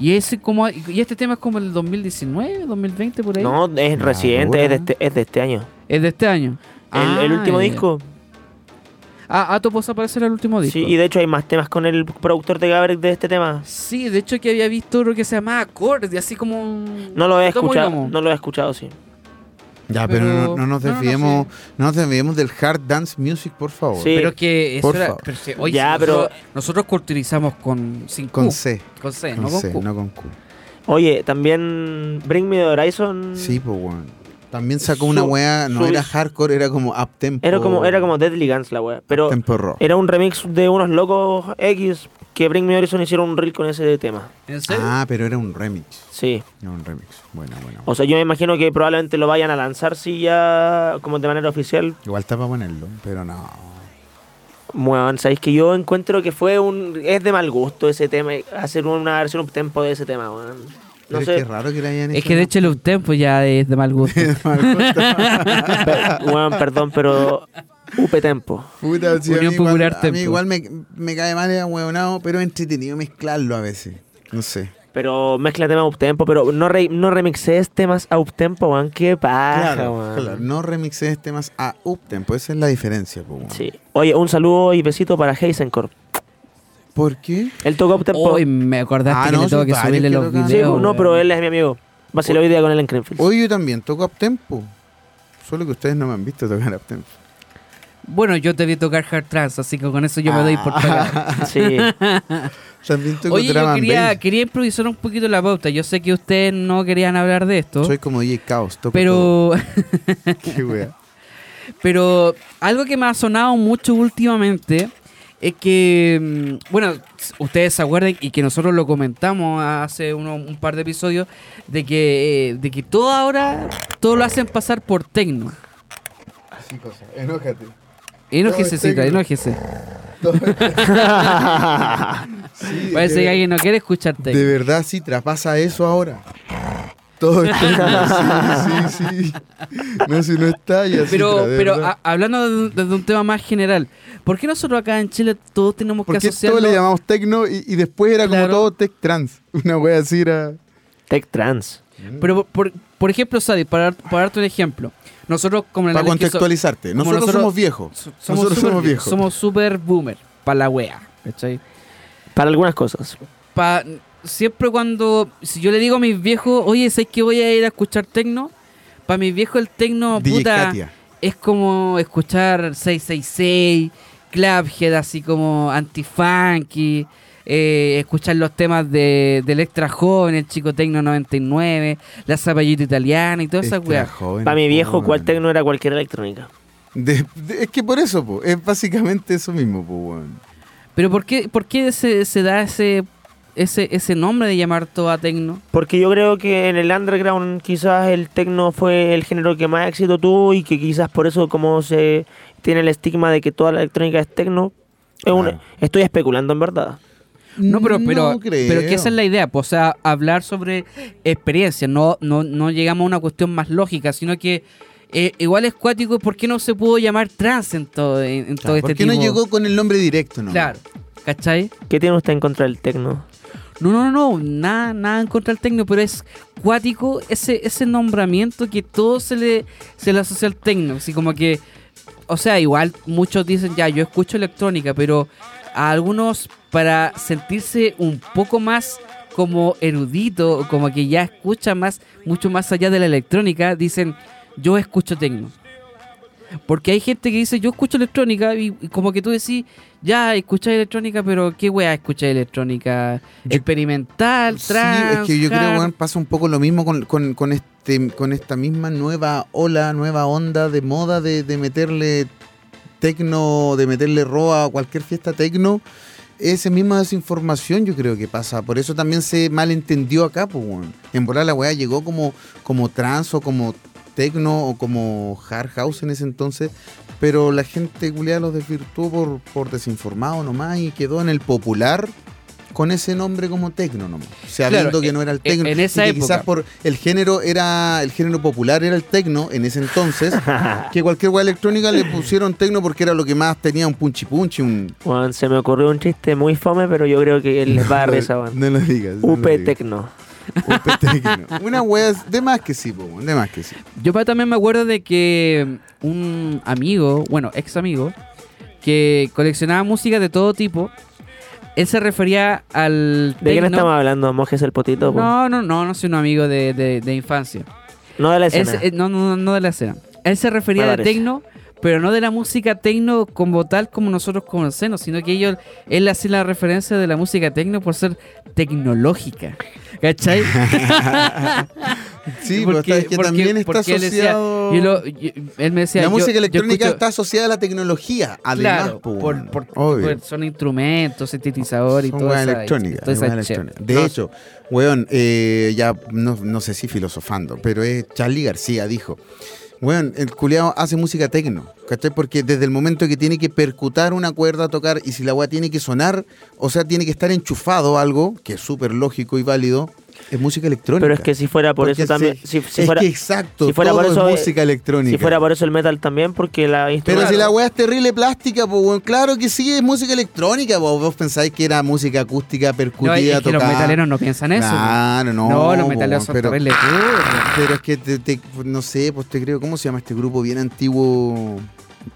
S4: Y ese como y este tema es como el 2019, 2020, por ahí.
S6: No, es reciente, es de, este, es de este año.
S4: Es de este año.
S6: El, el último disco.
S4: Ah, Atopos aparece en el último disco.
S6: Sí, y de hecho hay más temas con el productor de Gabriel de este tema.
S4: Sí, de hecho que había visto lo que se llamaba Acorde, así como... un-
S6: No lo he
S4: Tomo y
S6: escuchado,
S4: lomo.
S6: no lo he escuchado, sí.
S5: Ya, pero,
S4: pero-
S5: no, no nos
S4: no, no, no,
S5: desviemos, no, nos desviemos del hard dance music, por favor.
S6: Sí.
S4: Pero que eso
S5: Por
S4: era...
S5: favor.
S4: pero que, oye,
S6: Ya,
S4: si nosotros,
S6: pero-
S4: nosotros culturizamos con... Sin
S5: Con
S4: Q.
S5: C.
S4: Con C,
S5: Con
S4: no con
S5: C,
S4: Q.
S5: no con Q.
S6: Oye, también Bring Me the Horizon.
S5: Sí, pues weón. También sacó una
S6: Su-
S5: weá, no
S6: su-
S5: era hardcore, era como uptempo.
S6: Era como, era como Deadly Guns la wea. Pero
S5: Oh. Tempo rock.
S6: era un remix de unos locos X que Bring Me the Horizon hicieron un reel con ese tema.
S4: ¿En serio?
S5: Ah, pero era un remix.
S6: Sí.
S5: Era un remix. Buena, buena. buena.
S6: O sea, yo me imagino que probablemente lo vayan a lanzar si ya como de manera oficial.
S5: Igual está para ponerlo, pero no.
S6: Bueno, sabéis que yo encuentro que fue un es de mal gusto ese tema hacer una versión un tempo de ese tema, weón.
S5: Pero
S6: No
S5: es
S6: sé,
S5: que raro que le hayan hecho.
S4: Es que de
S5: <laughs>
S4: hecho el uptempo ya es de mal <laughs> gusto.
S6: <laughs> pe- weón, perdón, pero UP tempo.
S5: Puta, sí, a mí
S4: Unión
S5: igual,
S4: Popular
S5: a mí
S4: Tempo.
S5: igual me, me cae mal, era huevonado, pero es entretenido mezclarlo a veces. No sé.
S6: Pero mezcla temas up tempo, pero no re- no remixes temas up tempo, weón, qué paja,
S5: Claro,
S6: weón.
S5: claro, no remixes temas a uptempo, esa es la diferencia. po, weón.
S6: Sí. Oye, un saludo y besito para Heisenkorp.
S5: ¿Por qué?
S6: Él tocó up tempo.
S4: Hoy me acordaste
S5: Ah,
S4: que
S5: no,
S4: le tengo
S5: son
S4: que
S5: varios
S4: subirle
S5: que
S4: los
S5: tocan.
S4: videos.
S6: sí,
S5: Leo,
S6: no,
S4: weón.
S6: pero él es mi amigo. Vaciló hoy día con él en Greenfield.
S5: Hoy yo también toco uptempo. Solo que ustedes no me han visto tocar uptempo.
S4: Bueno, yo te vi tocar Hard Trance, así que con eso yo me doy
S5: Ah.
S4: por
S5: <laughs>
S4: pagado.
S6: Sí.
S5: También toco
S4: Oye,
S5: drum
S4: yo
S5: and
S4: quería,
S5: bass.
S4: quería improvisar un poquito la pauta. Yo sé que ustedes no querían hablar de esto,
S5: Soy como DJ Caos, toco todo.
S4: pero,
S5: <laughs> Qué wea.
S4: <laughs> pero algo que me ha sonado mucho últimamente es que, mm, bueno, s- ustedes se acuerdan y que nosotros lo comentamos hace uno- un par de episodios, de que, eh, de que todo ahora, todo lo hacen pasar por tecno.
S5: Enójate.
S4: Enójese,
S5: Todo es
S4: cita,
S5: tecno.
S4: enójese. <laughs> Parece que alguien no quiere escuchar
S5: De
S4: tecno.
S5: verdad, sí, traspasa eso ahora. Todo está. Sí, sí, sí. No, si no está, ya
S4: Pero, pero ah, a- hablando de- desde un tema más general, ¿por qué nosotros acá en Chile todos tenemos que
S5: Porque todo
S4: asociarlo?
S5: le llamamos tecno y, y después era como
S4: Claro.
S5: todo tech trans. Una wea así era.
S6: <laughs> Tech Trans.
S4: Pero, por, por- por ejemplo, Sadi, para, para darte un ejemplo, nosotros como en
S5: Para
S4: la ley que so-
S5: contextualizarte,
S4: como
S5: nosotros,
S4: nosotros-
S5: somos viejos.
S4: so-
S5: nosotros
S4: super
S5: somos viejos.
S4: Somos super boomer, para la wea, ¿cachai?
S6: Para algunas cosas.
S4: Pa- siempre cuando, si yo le digo a mis viejos, oye, ¿sabes que voy a ir a escuchar tecno? Para mis viejos el tecno,
S5: DJ
S4: puta...
S5: Katia.
S4: es como escuchar 666, Clubhead, así como anti-funky, eh, escuchar los temas de, del Extra Joven, el Chico Tecno 99, la Zapallita Italiana y todas esas
S5: Extra
S4: weas.
S5: joven,
S6: Para mi viejo,
S5: joven.
S6: cual tecno era cualquier electrónica.
S5: De- de- es que por eso, po, es básicamente eso mismo, po, weón.
S4: Pero ¿por qué, por qué se, se da ese, ese, ese nombre de llamar todo a Tecno?
S6: Porque yo creo que en el underground quizás el tecno fue el género que más éxito tuvo y que quizás por eso como se tiene el estigma de que toda la electrónica es tecno. Es un-
S5: Claro.
S6: Estoy especulando en verdad.
S4: No, pero, pero,
S5: No creo.
S4: pero que esa es la idea, pues, o sea, hablar sobre experiencia, no, no, no llegamos a una cuestión más lógica, sino que eh, igual es cuático, ¿por qué no se pudo llamar trans en todo, en, en todo
S5: Claro,
S4: este
S5: ¿Por qué
S4: tipo?
S5: no llegó con el nombre directo, no?
S4: Claro, ¿cachai?
S6: ¿Qué tiene usted en contra del tecno?
S4: No, no, no, no, nada, nada en contra del tecno, pero es cuático ese, ese nombramiento que todo se le, se le asocia al tecno, así como que, o sea, igual muchos dicen, ya, yo escucho electrónica, pero a algunos para sentirse un poco más como erudito, o como que ya escucha más, mucho más allá de la electrónica, dicen, yo escucho tecno. Porque hay gente que dice, yo escucho electrónica, y, y como que tú decís, ya, escuchás electrónica, pero qué weá escuchás electrónica. Experimental,
S5: Sí,
S4: trans,
S5: es que yo creo,
S4: hard.
S5: weón, pasa un poco lo mismo con, con- con este, con esta misma nueva ola, nueva onda de moda de, de meterle tecno, de meterle roa a cualquier fiesta tecno. Esa misma desinformación yo creo que pasa. Por eso también se malentendió acá, pues, weón. En volar la weá llegó como, como trans o como tecno o como hard house en ese entonces. Pero la gente culiada los desvirtuó por, por desinformado nomás y quedó en el popular con ese nombre como tecno nomás. O sea,
S4: Claro,
S5: viendo que
S4: en-
S5: no era el tecno.
S4: en esa
S5: y que
S4: época.
S5: quizás por el género era el género popular era el tecno en
S4: <laughs>
S5: ese entonces, que cualquier hueá electrónica le pusieron tecno porque era lo que más tenía un punchi punchi, un
S6: Juan, se me ocurrió un chiste muy fome, pero yo creo <laughs> que les
S4: Ah,
S6: va a dar risa, Juan.
S5: No lo digas. no lo
S6: UP
S5: digas.
S6: Tecno.
S5: UP Tecno. Una hueá de más que sí, po, weón, de más que sí.
S4: Yo pa- también me acuerdo de que un amigo, bueno, ex amigo, que coleccionaba música de todo tipo, él se refería al...
S6: ¿De quién
S4: techno-
S6: estamos hablando? ¿Mojes el potito? po?
S4: No, no, no, no soy un amigo de, de- de infancia.
S6: No de la
S4: Él
S6: escena.
S4: se- eh, no, no, no, no de la escena. Él se refería
S6: Me
S4: a
S6: parece.
S4: tecno, pero no de la música tecno como tal como nosotros conocemos, sino que ellos, él hacía la referencia de la música tecno por ser tecnológica.
S6: <laughs>
S4: ¿Cachai?
S5: Sí, pero está- es que también está
S4: porque él decía-
S5: asociado-
S4: yo lo- yo- él me decía,
S5: la
S4: yo-
S5: música
S4: yo
S5: electrónica
S4: escucho-
S5: está asociada a la tecnología, además,
S4: Claro,
S5: po,
S4: por-
S5: weón.
S4: por-
S5: Obvio.
S4: por- son instrumentos, sintetizadores y
S5: Son
S4: todo
S5: hueá
S4: eso.
S5: electrónica.
S4: toda esa
S5: hueá
S4: che-
S5: electrónica. De hecho, weón, eh, ya no, no sé si filosofando, pero es Charlie García dijo, weón, el culiao hace música tecno, ¿cachai? Porque desde el momento que tiene que percutar una cuerda, tocar, y si la weá tiene que sonar, o sea, tiene que estar enchufado a algo, que es súper lógico y válido, es música electrónica.
S6: Pero es que si fuera por
S5: Porque
S6: eso también.
S5: se-
S6: Si, si
S5: es
S6: fuera,
S5: que exacto,
S6: si fuera
S5: todo
S6: por eso,
S5: es
S6: eh,
S5: música electrónica.
S6: Si fuera por eso el metal también, porque la
S5: Pero
S6: instrumenta-
S5: si la weá es terrible plástica, pues weón, claro que sí, es música electrónica, pues vos pensáis que era música acústica,
S4: No, es
S5: percutida,
S4: que los
S5: tocada.
S4: metaleros no piensan eso.
S5: Claro, no.
S4: No, los
S5: po,
S4: metaleros son
S5: pero, ¡Ah!
S4: terribles
S5: pero es que, te, te- no sé, pues te creo, ¿cómo se llama este grupo bien antiguo?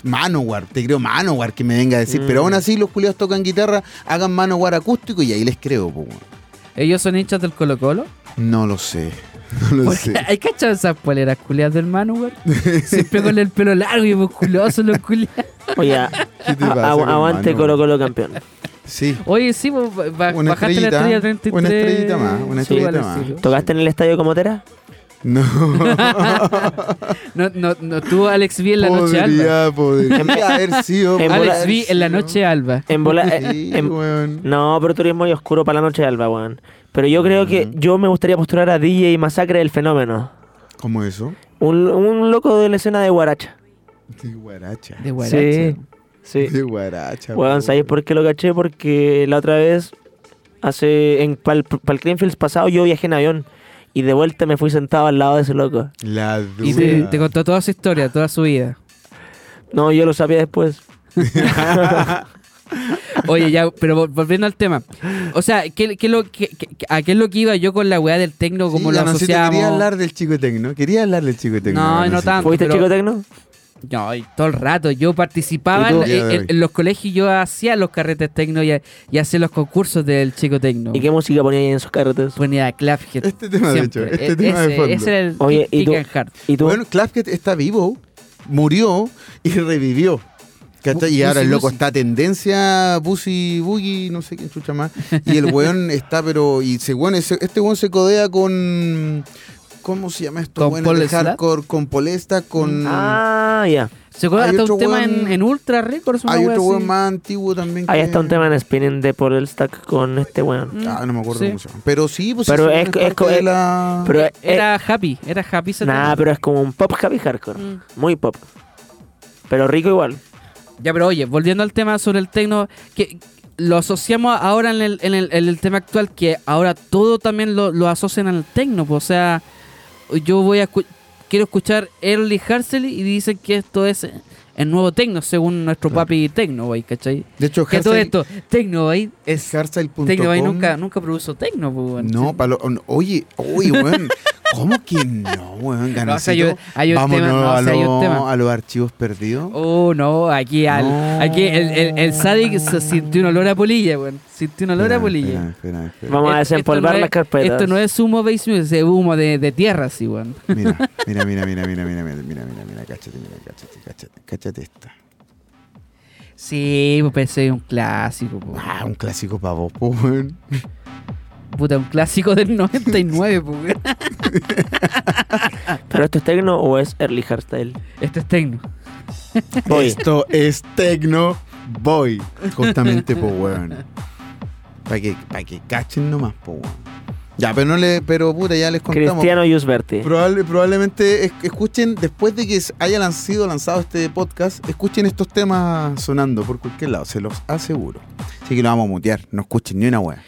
S5: Manowar, te creo Manowar que me venga a decir.
S4: Mm.
S5: Pero aún así, los culiados tocan guitarra, hagan Manowar acústico y ahí les creo, po, weón.
S4: ¿Ellos son hinchas del Colo Colo?
S5: No lo sé. <laughs> No
S4: Pues,
S5: lo sé.
S4: <laughs> ¿Hay cachado esas poleras culiadas del Manowar?
S5: <laughs>
S4: Siempre con el pelo largo y musculoso los culiados.
S6: Oye, a-
S5: <laughs> ¿Qué te
S6: a-
S5: pasa,
S6: agu- aguante
S5: hermano?
S6: Colo Colo campeón.
S5: Sí.
S4: Oye, sí, vos ba- ba-
S5: Una
S4: bajaste la
S5: estrellita,
S4: estrella 33.
S5: una estrellita más, una
S4: Sí,
S5: estrellita
S4: vale,
S5: más.
S4: sí.
S6: ¿Tocaste en el estadio como Tera?
S4: <laughs>
S5: No.
S4: No, no, no tuvo Alex B en la noche alba.
S5: Podría, podría haber sido.
S6: En bola-
S4: Alex B en la noche alba.
S6: En bola- eh,
S5: Sí,
S6: en-
S5: weón.
S6: No, pero tú eres muy oscuro para la noche de alba, weón. Pero yo creo
S5: Mm.
S6: que yo me gustaría postular a DJ Masacre del Fenómeno.
S5: ¿Cómo eso?
S6: Un, un loco de la escena de Guaracha.
S5: De guaracha.
S4: De guaracha.
S6: Sí. Sí.
S5: De guaracha.
S6: Weón,
S5: po.
S6: ¿sabéis por qué lo caché? Porque la otra vez, hace. en Para el Greenfields pasado, yo viajé en avión. Y de vuelta me fui sentado al lado de ese loco.
S5: La duda.
S4: Y te, te contó toda su historia, toda su vida.
S6: No, yo lo sabía después.
S4: Oye, ya, pero vol- volviendo al tema. O sea, ¿qué, qué lo, qué- qué- ¿a qué es lo que iba yo con la weá del tecno?
S5: Sí,
S4: ¿Cómo lo
S5: ya no sé, te
S4: asociamos?
S5: quería hablar del chico tecno. Quería hablar del chico tecno.
S4: No,
S5: ya
S4: no
S5: sé.
S4: tanto.
S6: ¿Fuiste
S4: Ah, pero-
S6: chico tecno?
S4: No, y todo el rato. Yo participaba
S5: ¿Y tú?
S4: en,
S5: Ya,
S4: en-
S5: dale.
S4: en los colegios, yo hacía los carretes tecno y, y hacía los concursos del chico tecno.
S6: ¿Y qué música ponía ahí en esos carretes?
S4: Ponía Claphead.
S5: Este tema, de
S4: siempre.
S5: hecho, este
S4: E-
S5: tema de
S4: ese-
S5: fondo.
S4: Ese era el
S6: Oye,
S4: Kick
S6: ¿y tú?
S4: and Hard.
S6: ¿Y tú?
S5: Bueno, Claphead está vivo, murió y revivió. ¿Cachai? Y
S4: Bu-
S5: ahora el
S4: Busy,
S5: loco
S4: Busy.
S5: está tendencia Busy Boogie, no sé quién chucha más.
S4: <laughs>
S5: Y el weón está, pero. Y ese weón- ese- este weón se codea con. ¿Cómo se llama esto?
S4: ¿Con
S5: weón?
S4: Paul
S5: El
S4: Slat?
S5: hardcore, con Polesta, con.
S6: Ah, ya.
S4: ¿Se acuerdan
S5: Hay
S4: hasta
S5: otro
S4: un tema
S5: weón-
S4: en, en Ultra Records? una
S5: Hay
S4: wea
S5: otro weón
S4: así?
S5: más antiguo también.
S6: Ahí
S5: que-
S6: está un tema en spinning de por el stack con este
S4: Mm,
S6: weón.
S5: Ah, no me acuerdo
S4: Sí.
S5: cómo se llama. Pero sí, pues
S6: Pero
S5: ese
S6: es-
S5: weón
S6: es-
S5: parte de
S6: es-
S5: la-
S6: Pero es-
S5: eh,
S4: Era Happy, era Happy ese
S6: Nah,
S4: tema.
S6: pero es como un pop heavy hardcore.
S4: Mm.
S6: Muy pop. Pero rico igual.
S4: Ya, pero oye, volviendo al tema sobre el tecno, que lo asociamos ahora en el, en el, en el tema actual, que ahora todo también lo, lo asocian al tecno. pues, o sea, yo voy a escu- quiero escuchar Early Harsley y dicen que esto es el nuevo tecno, según nuestro papi tecno, güey, ¿cachai?
S5: De hecho,
S4: Que todo
S5: Hardstyle-
S4: esto, tecno, güey, es
S5: Hardstyle.com.
S4: tecno, güey, nunca, nunca produjo tecno, pues, güey.
S5: No, palo, oye,
S4: <laughs>
S5: oye, weón. ¿Cómo que no, weón?
S4: No, o sea, hay un-
S5: Ganancito.
S4: hay un
S5: Vámonos
S4: tema, no, o
S5: a,
S4: sea, hay un
S5: lo-
S4: tema.
S5: a los archivos perdidos.
S4: Oh, no, aquí al,
S5: No.
S4: aquí el, el, el Sadik se sintió un olor a polilla, güey. Sintió un olor a polilla.
S5: Espera, espera, espera.
S6: Vamos a
S4: Eh, Esto-
S6: desempolvar
S4: esto no
S6: las
S4: es-
S6: carpetas.
S4: Esto no es humo base music, es humo de, de tierra, sí, weón.
S5: Mira, mira, mira, mira, mira, mira, mira, mira, mira, mira, cáchate, mira, cáchate, cáchate, cáchate esta.
S4: Sí, pues pensé un clásico, pues. po.
S5: Ah, un clásico para vos, po, weón.
S4: Puta, un clásico del <laughs> 99, po, pues, weón.
S6: ¿Pero esto es techno o es early hardstyle?
S4: Este es tecno.
S6: Voy.
S5: Esto es Tecno Boy. Justamente, po, weón. Para que, pa' que cachen nomás, po, weón. Ya, pero no le, pero puta, ya les contamos.
S6: Cristiano Yusberti.
S5: Probable- probablemente es- escuchen, después de que s- haya lan- sido lanzado este podcast, escuchen estos temas sonando por cualquier lado, se los aseguro. Así que lo vamos a mutear, no escuchen ni una wea.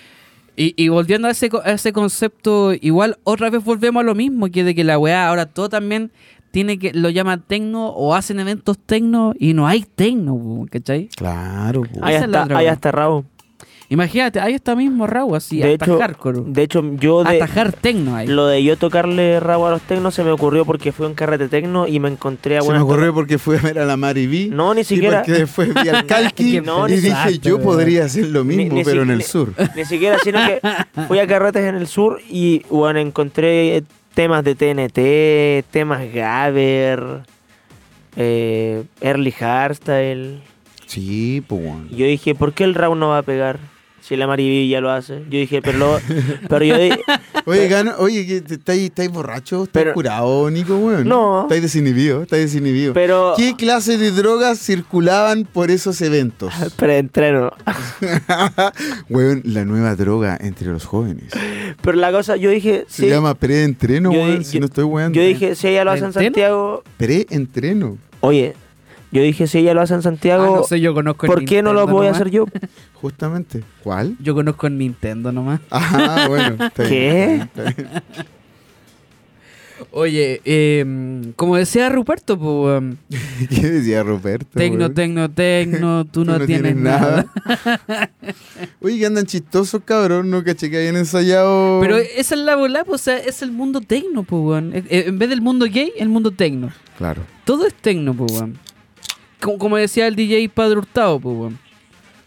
S4: Y, y volviendo a ese, co- a ese concepto, igual otra vez volvemos a lo mismo, que de que la weá ahora todo también tiene que, lo llaman tecno o hacen eventos tecno y no hay tecno, po, ¿cachai?
S5: Claro.
S6: Ahí
S4: Esa es la
S6: está,
S4: otra,
S6: ahí
S4: weá.
S6: está Raúl.
S4: Imagínate, ahí está mismo Raúl, así,
S6: de,
S4: hasta
S6: hecho,
S4: hardcore.
S6: de hecho, yo de,
S4: Atajar tecno ahí.
S6: lo de yo tocarle rabo a los tecnos se me ocurrió porque fui a un carrete tecno y me encontré
S5: Se
S6: a
S5: me
S6: buenas
S5: ocurrió porque fui a ver a la Mari B.
S6: No, ni
S5: Y
S6: siquiera.
S5: porque después vi
S6: <laughs>
S5: al Kalki
S6: No,
S5: y
S6: ni-
S5: dije, yo podría hacer lo
S6: Ni-
S5: mismo,
S6: ni
S5: pero en
S6: si-
S5: el
S6: ni-
S5: sur.
S6: Ni siquiera, sino
S5: <laughs>
S6: que fui a carretes en el sur y bueno, encontré eh, temas de TNT, temas Gaber, eh, Early Hardstyle.
S5: Sí, pues bueno.
S6: Y yo dije, ¿por qué el Raúl no va a pegar? Si la Mariví ya lo hace. Yo dije,
S5: <laughs>
S6: pero, lo- pero yo di-
S5: Oye, Gano, oye, que te- ¿estáis estáis borrachos? ¿Estáis
S6: Pero-
S5: curado, Nico, weón?
S6: No.
S5: Estáis desinhibidos, estáis desinhibidos.
S6: Pero-
S5: ¿Qué clase de drogas circulaban por esos eventos?
S6: preentreno. Ah,
S5: <laughs> weón, la nueva droga entre los jóvenes.
S6: <laughs> Pero la cosa, yo dije,
S5: Se
S6: sí.
S5: llama preentreno,
S6: Yo
S5: weón,
S6: di-
S5: si no estoy weando.
S6: Yo dije, si ella lo hace en
S4: ¿Preentreno?
S6: Santiago.
S5: Preentreno.
S6: Oye, yo dije, si ella lo hace en
S4: Ah,
S6: Santiago,
S4: no sé, yo conozco el
S6: ¿por qué no lo
S4: Nintendo
S6: voy a
S4: nomás.
S6: hacer yo?
S5: Justamente.
S6: <laughs>
S5: ¿Cuál?
S4: Yo conozco el Nintendo nomás.
S5: Ah, bueno. está bien,
S6: ¿Qué?
S5: está bien, está bien. <laughs>
S4: Oye, eh, como decía Ruperto, pues, um,
S5: ¿Qué decía Roberto?
S4: tecno,
S5: weón?
S4: tecno, tecno, tú no, tienes, nada. <laughs>
S5: Oye, que andan chistosos, cabrón. No caché que habían ensayado.
S4: Pero esa es la bola, pues, o sea, es el mundo tecno, pues, weón. Eh, eh, En vez del mundo gay, el mundo tecno.
S5: Claro.
S4: Todo es tecno, pues, weón. Como, como decía el DJ Padre Hurtado, pues, weón.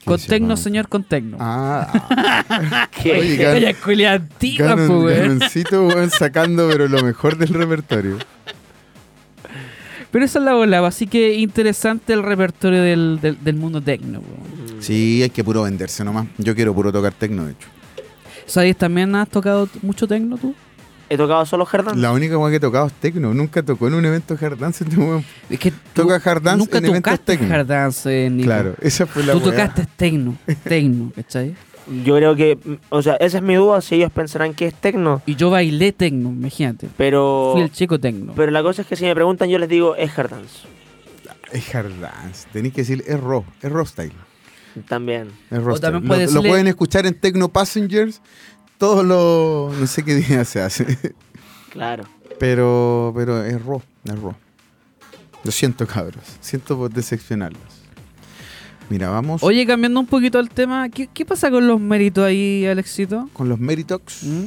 S4: Con
S5: dice,
S4: tecno,
S5: weón?
S4: señor, con tecno.
S5: Ah,
S4: <laughs>
S5: Oye, gan-
S4: Ella es culia antigua, pues,
S5: Ganon-
S4: weón.
S5: Ganoncito, weón, sacando, pero lo mejor del repertorio.
S4: Pero esa es la bola, pues, así que interesante el repertorio del, del- del mundo tecno, pues, weón.
S5: Sí, hay que puro venderse nomás. Yo quiero puro tocar tecno, de hecho.
S4: ¿Sabes también has tocado t- mucho tecno tú?
S6: He tocado solo Jardán.
S5: La única weón que he tocado es tecno. Nunca tocó en un evento hard dance este <laughs> weón.
S4: Es que
S5: Toca hard dance
S4: nunca
S5: en eventos
S4: tocaste
S5: tecno.
S4: hard dance, eh, Nico.
S5: Claro, esa fue la
S4: Tú
S5: weá.
S4: tocaste
S5: <laughs>
S4: tecno, tecno, ¿cachai?
S6: Yo creo que, o sea, esa es mi duda, si ellos pensarán que es tecno,
S4: Y yo bailé tecno, imagínate.
S6: pero
S4: Fui el chico tecno.
S6: pero la cosa es que si me preguntan yo les digo es Jardán.
S5: Es hard dance. Tenéis que decir, es rock, es rock style.
S6: También.
S5: Es rock
S4: O también
S5: style.
S4: puede
S5: lo, lo
S4: decirle-
S5: pueden escuchar en Tecno Passengers. Todos los. No sé qué día se hace. <laughs>
S6: Claro.
S5: Pero, pero es rock, es rock. Lo siento, cabros. Siento por decepcionarlos. Mira, vamos
S4: Oye, cambiando un poquito el tema, ¿qué, qué pasa con los méritos ahí, Alexito?
S5: con los Meritox.
S4: ¿Mm?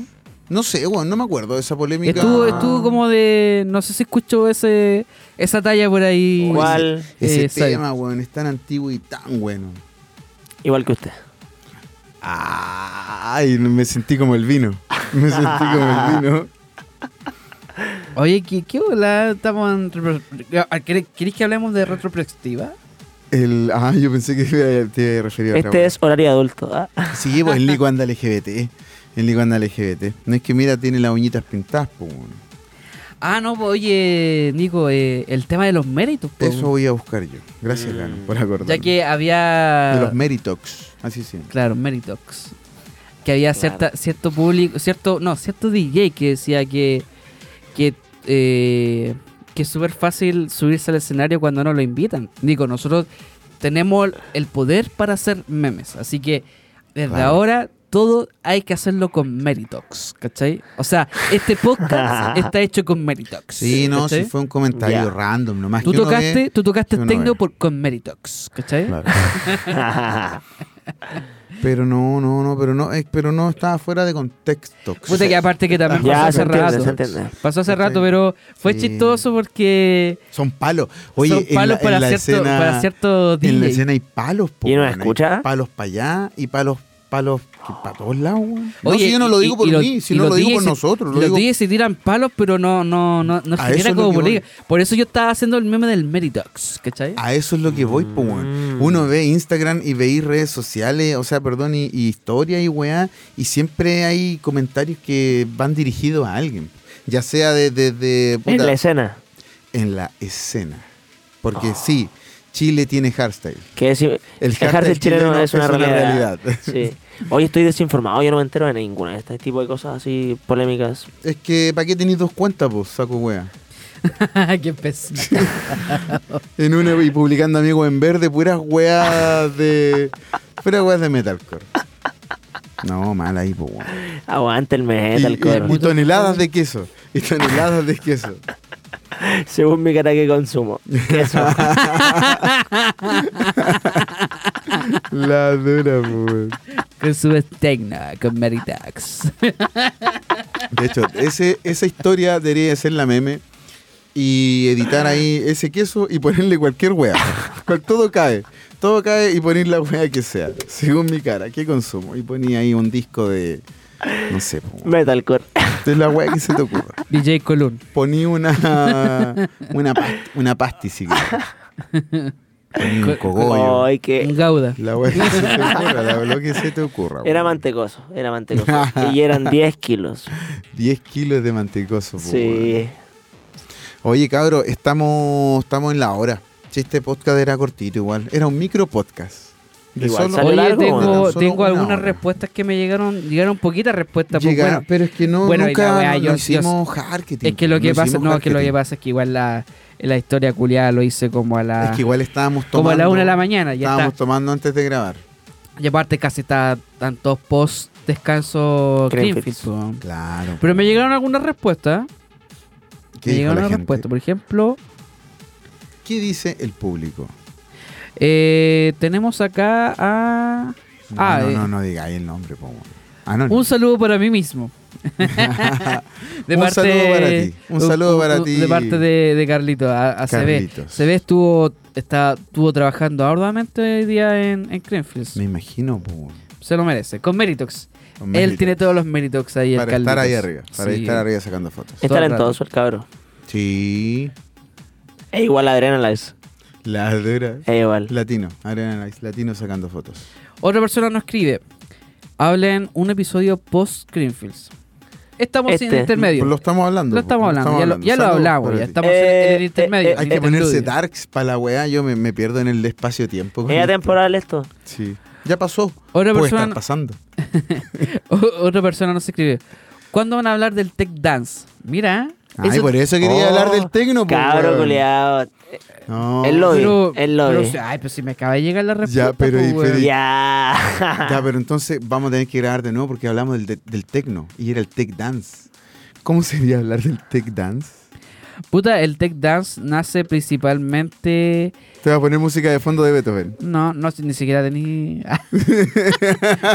S5: No sé, weón, no me acuerdo de esa polémica.
S4: Estuvo, estuvo como de. No sé si escuchó ese, esa talla por ahí.
S6: Igual,
S5: Ese
S4: eh, sabe.
S5: tema, weón, es tan antiguo y tan bueno.
S6: igual que usted.
S5: Ay, me sentí como el vino. Me sentí como
S4: <laughs>
S5: el vino.
S4: Oye, ¿qué, qué hola? Estamos en. retro- Ah, ¿quere- ¿Queréis que hablemos de retrospectiva?
S5: El, ah, yo pensé que te- te refería a otra
S6: Este
S5: weá.
S6: es horario adulto.
S5: <laughs>
S6: ¿ah?
S5: Sí, pues el Lico anda LGBT. El Lico anda LGBT. No es que mira, tiene las uñitas pintadas, pues. weón.
S4: Ah, no, pues, oye, Nico, eh, el tema de los méritos. pues, Mm.
S5: Eso voy a buscar yo. Gracias, Lano, por acordarme.
S4: Ya que
S5: De
S4: había.
S5: los Meritox. Así sí.
S4: Claro, Meritox. Que había
S6: Claro.
S4: cierta, cierto público, cierto, no, cierto DJ que decía que que, eh, que es súper fácil subirse al escenario cuando no lo invitan. Nico, nosotros tenemos el poder para hacer memes, así que desde
S5: Claro.
S4: ahora todo hay que hacerlo con Meritox, ¿cachai? O sea, este
S5: <laughs>
S4: podcast está hecho con Meritox.
S5: Sí, no,
S4: ¿cachai?
S5: sí fue un comentario
S6: Ya.
S5: random nomás.
S4: Tú
S5: que uno
S4: tocaste,
S5: ve-
S4: tú tocaste
S5: que uno
S4: techno
S5: ve.
S4: por, con Meritox, ¿cachai?
S5: Claro. Pero no, no, no, pero no, eh, pero no estaba fuera de contexto.
S4: Puta que aparte que también
S6: Ya,
S4: pasó hace
S6: se entiende,
S4: rato.
S6: se entiende.
S4: Pasó hace rato,
S5: ¿Cachai?
S4: pero fue
S5: Sí.
S4: chistoso porque
S5: Son palos. Oye,
S4: son
S5: en la-
S4: palos
S5: en
S4: para,
S5: la
S4: cierto,
S5: escena-
S4: para cierto DJ.
S5: En la escena hay palos, po,
S6: ¿Y no
S5: weón, hay
S6: escucha?
S5: Palos para allá y palos, palos para todos lados, weón. No,
S4: Oye,
S5: si yo no lo
S4: y-
S5: digo
S4: y-
S5: por
S4: y los-
S5: mí, si
S4: y
S5: no
S4: los
S5: lo digo por
S4: DJs
S5: nosotros, lo
S4: los
S5: digo
S4: DJs se tiran palos, pero no, no, no, no
S5: A eso
S4: genera
S5: es lo
S4: como
S5: que voy.
S4: política. Por eso yo estaba haciendo el meme del Meritox, ¿cachai?
S5: A eso es lo que voy, po, weón. Uno ve Instagram y veis redes sociales, o sea, perdón, y, y historia y weá, y siempre hay comentarios que van dirigidos a alguien. Ya sea desde.
S6: en la escena.
S5: escena. Porque sí, Chile tiene hardstyle.
S6: Que es, el
S5: hardstyle
S6: hardstyle chileno,
S5: chileno
S6: es una
S5: es una
S6: realidad.
S5: realidad.
S6: Sí. Hoy estoy desinformado, yo no me entero de ninguna de este tipo de cosas así polémicas.
S5: Es que, ¿para qué tenéis dos cuentas, pues, saco weá? Ah.
S4: <laughs> Qué pesado.
S5: <laughs> En una y publicando amigos en verde, puras weas de. puras weas de metalcore. No, mal ahí, po, weón.
S6: Aguanta el
S5: Y-
S6: metalcore.
S5: y, y toneladas de queso. Y toneladas de queso.
S6: <laughs> Según mi cara que consumo.
S5: <laughs>
S6: Queso.
S5: La dura, po, weón.
S4: Con su Stegna, con <laughs> Meritax.
S5: De hecho, ese, esa historia debería ser la meme y editar ahí ese queso y ponerle cualquier wea. Cual- todo cae. Todo cae y poner la wea que sea. Según mi cara, ¿qué consumo? Y ponía ahí un disco de. No sé, po,
S6: Metalcore.
S5: de la wea que se te ocurra.
S4: DJ Colón.
S5: Poní una. Una, past- una pasty, si quieres. Poní un cogollo.
S6: <laughs> Ay, que
S4: Gauda.
S5: La wea que se te ocurra, la- lo que se te ocurra.
S6: era mantecoso, era mantecoso. y eran
S5: <laughs>
S6: 10 kilos.
S5: 10 kilos de mantecoso, po, weón.
S6: Sí.
S5: Oye, cabro, estamos, estamos en la hora. Si Este podcast era cortito igual. Era un micro podcast. De
S6: Igual
S5: solo-
S6: salió
S4: Oye,
S6: largo,
S4: tengo,
S5: weón. Solo
S4: tengo
S5: una
S4: algunas
S5: hora.
S4: respuestas que me llegaron. Llegaron poquitas respuestas. pues,
S5: Llega-
S4: bueno,
S5: pero es que no,
S4: bueno, y la
S5: nunca
S4: weá,
S5: no-
S4: yo-
S5: no
S4: yo-
S5: hicimos marketing.
S4: es que lo que pasa, no, es que lo que pasa es que igual la, la historia culiada lo hice como a la.
S5: es que igual estábamos tomando.
S4: como a la una de la mañana. Ya
S5: Estábamos
S4: está.
S5: tomando antes de grabar.
S4: Y aparte casi está tantos post descanso
S6: Greenfield.
S4: Greenfield, pues, weón.
S5: Claro.
S4: Pero me llegaron algunas respuestas. ¿eh?
S5: ¿Qué
S4: Me
S5: dijo
S4: llegaron
S5: la
S4: algunas
S5: gente?
S4: respuestas. Por ejemplo,
S5: ¿Qué dice el público?
S4: eh, tenemos acá a.
S5: No,
S4: Ah,
S5: no,
S4: eh,
S5: no, no digáis el nombre, po. weón. Anónimo.
S4: Un saludo para mí mismo. De
S5: Un saludo para ti, un saludo para ti.
S4: De parte de, de Carlito, a, a CB.
S5: Carlitos.
S4: CB estuvo, está, estuvo trabajando arduamente hoy día en, en Creamfields.
S5: <laughs> Me imagino, po. weón.
S4: Se lo merece. Con Meritox.
S5: Con
S4: Él
S5: méritos.
S4: tiene todos los Meritox ahí. el
S5: Para estar
S4: Carlitos.
S5: ahí arriba. Para
S4: Sí. Eh.
S5: estar arriba sacando fotos.
S6: Es
S4: Todo el rato.
S6: talentoso el cabrón.
S5: Sí.
S6: Es igual a Adriana Lives.
S5: La dura.
S6: Es igual.
S5: Latino. Adriana Nice, Latino sacando fotos.
S4: Otra persona nos escribe. Hablen un episodio post Creamfields. Estamos en
S6: Este.
S4: intermedio.
S5: Lo estamos hablando.
S4: Lo estamos hablando, ya, lo, ya lo
S5: Saludos
S4: hablamos,
S5: para
S4: ya
S5: ti.
S4: estamos
S6: Eh,
S4: en el intermedio.
S6: eh, eh,
S5: Hay
S4: en
S5: que
S4: el
S5: ponerse
S4: estudio.
S5: darks para la weá. Yo me, me pierdo en el espacio-tiempo. con
S6: Es
S5: esto.
S6: atemporal esto.
S5: Sí. Ya pasó.
S4: Otra
S5: Puede
S4: persona-
S5: estar pasando.
S4: <laughs> O- Otra persona nos escribe. ¿Cuándo van a hablar del tech dance? Mira.
S5: Ay, por eso quería
S6: Oh,
S5: hablar del tecno. pues,
S6: Cabro
S5: weón.
S6: culiado.
S5: No.
S6: El lobby.
S4: Pero,
S6: el lobby.
S4: pero si- ay, pero si me acaba de llegar la respuesta.
S5: Ya, pero-
S4: po,
S5: y-
S4: weón.
S5: pero-
S6: Ya. <laughs>
S5: Ya, pero entonces vamos a tener que grabar de nuevo porque hablamos del, del tecno y era el tech dance. ¿Cómo sería hablar del tech dance?
S4: Puta, el tech dance nace principalmente.
S5: Te voy a poner música de fondo de Beethoven.
S4: No, no si ni siquiera <laughs> Pues tení.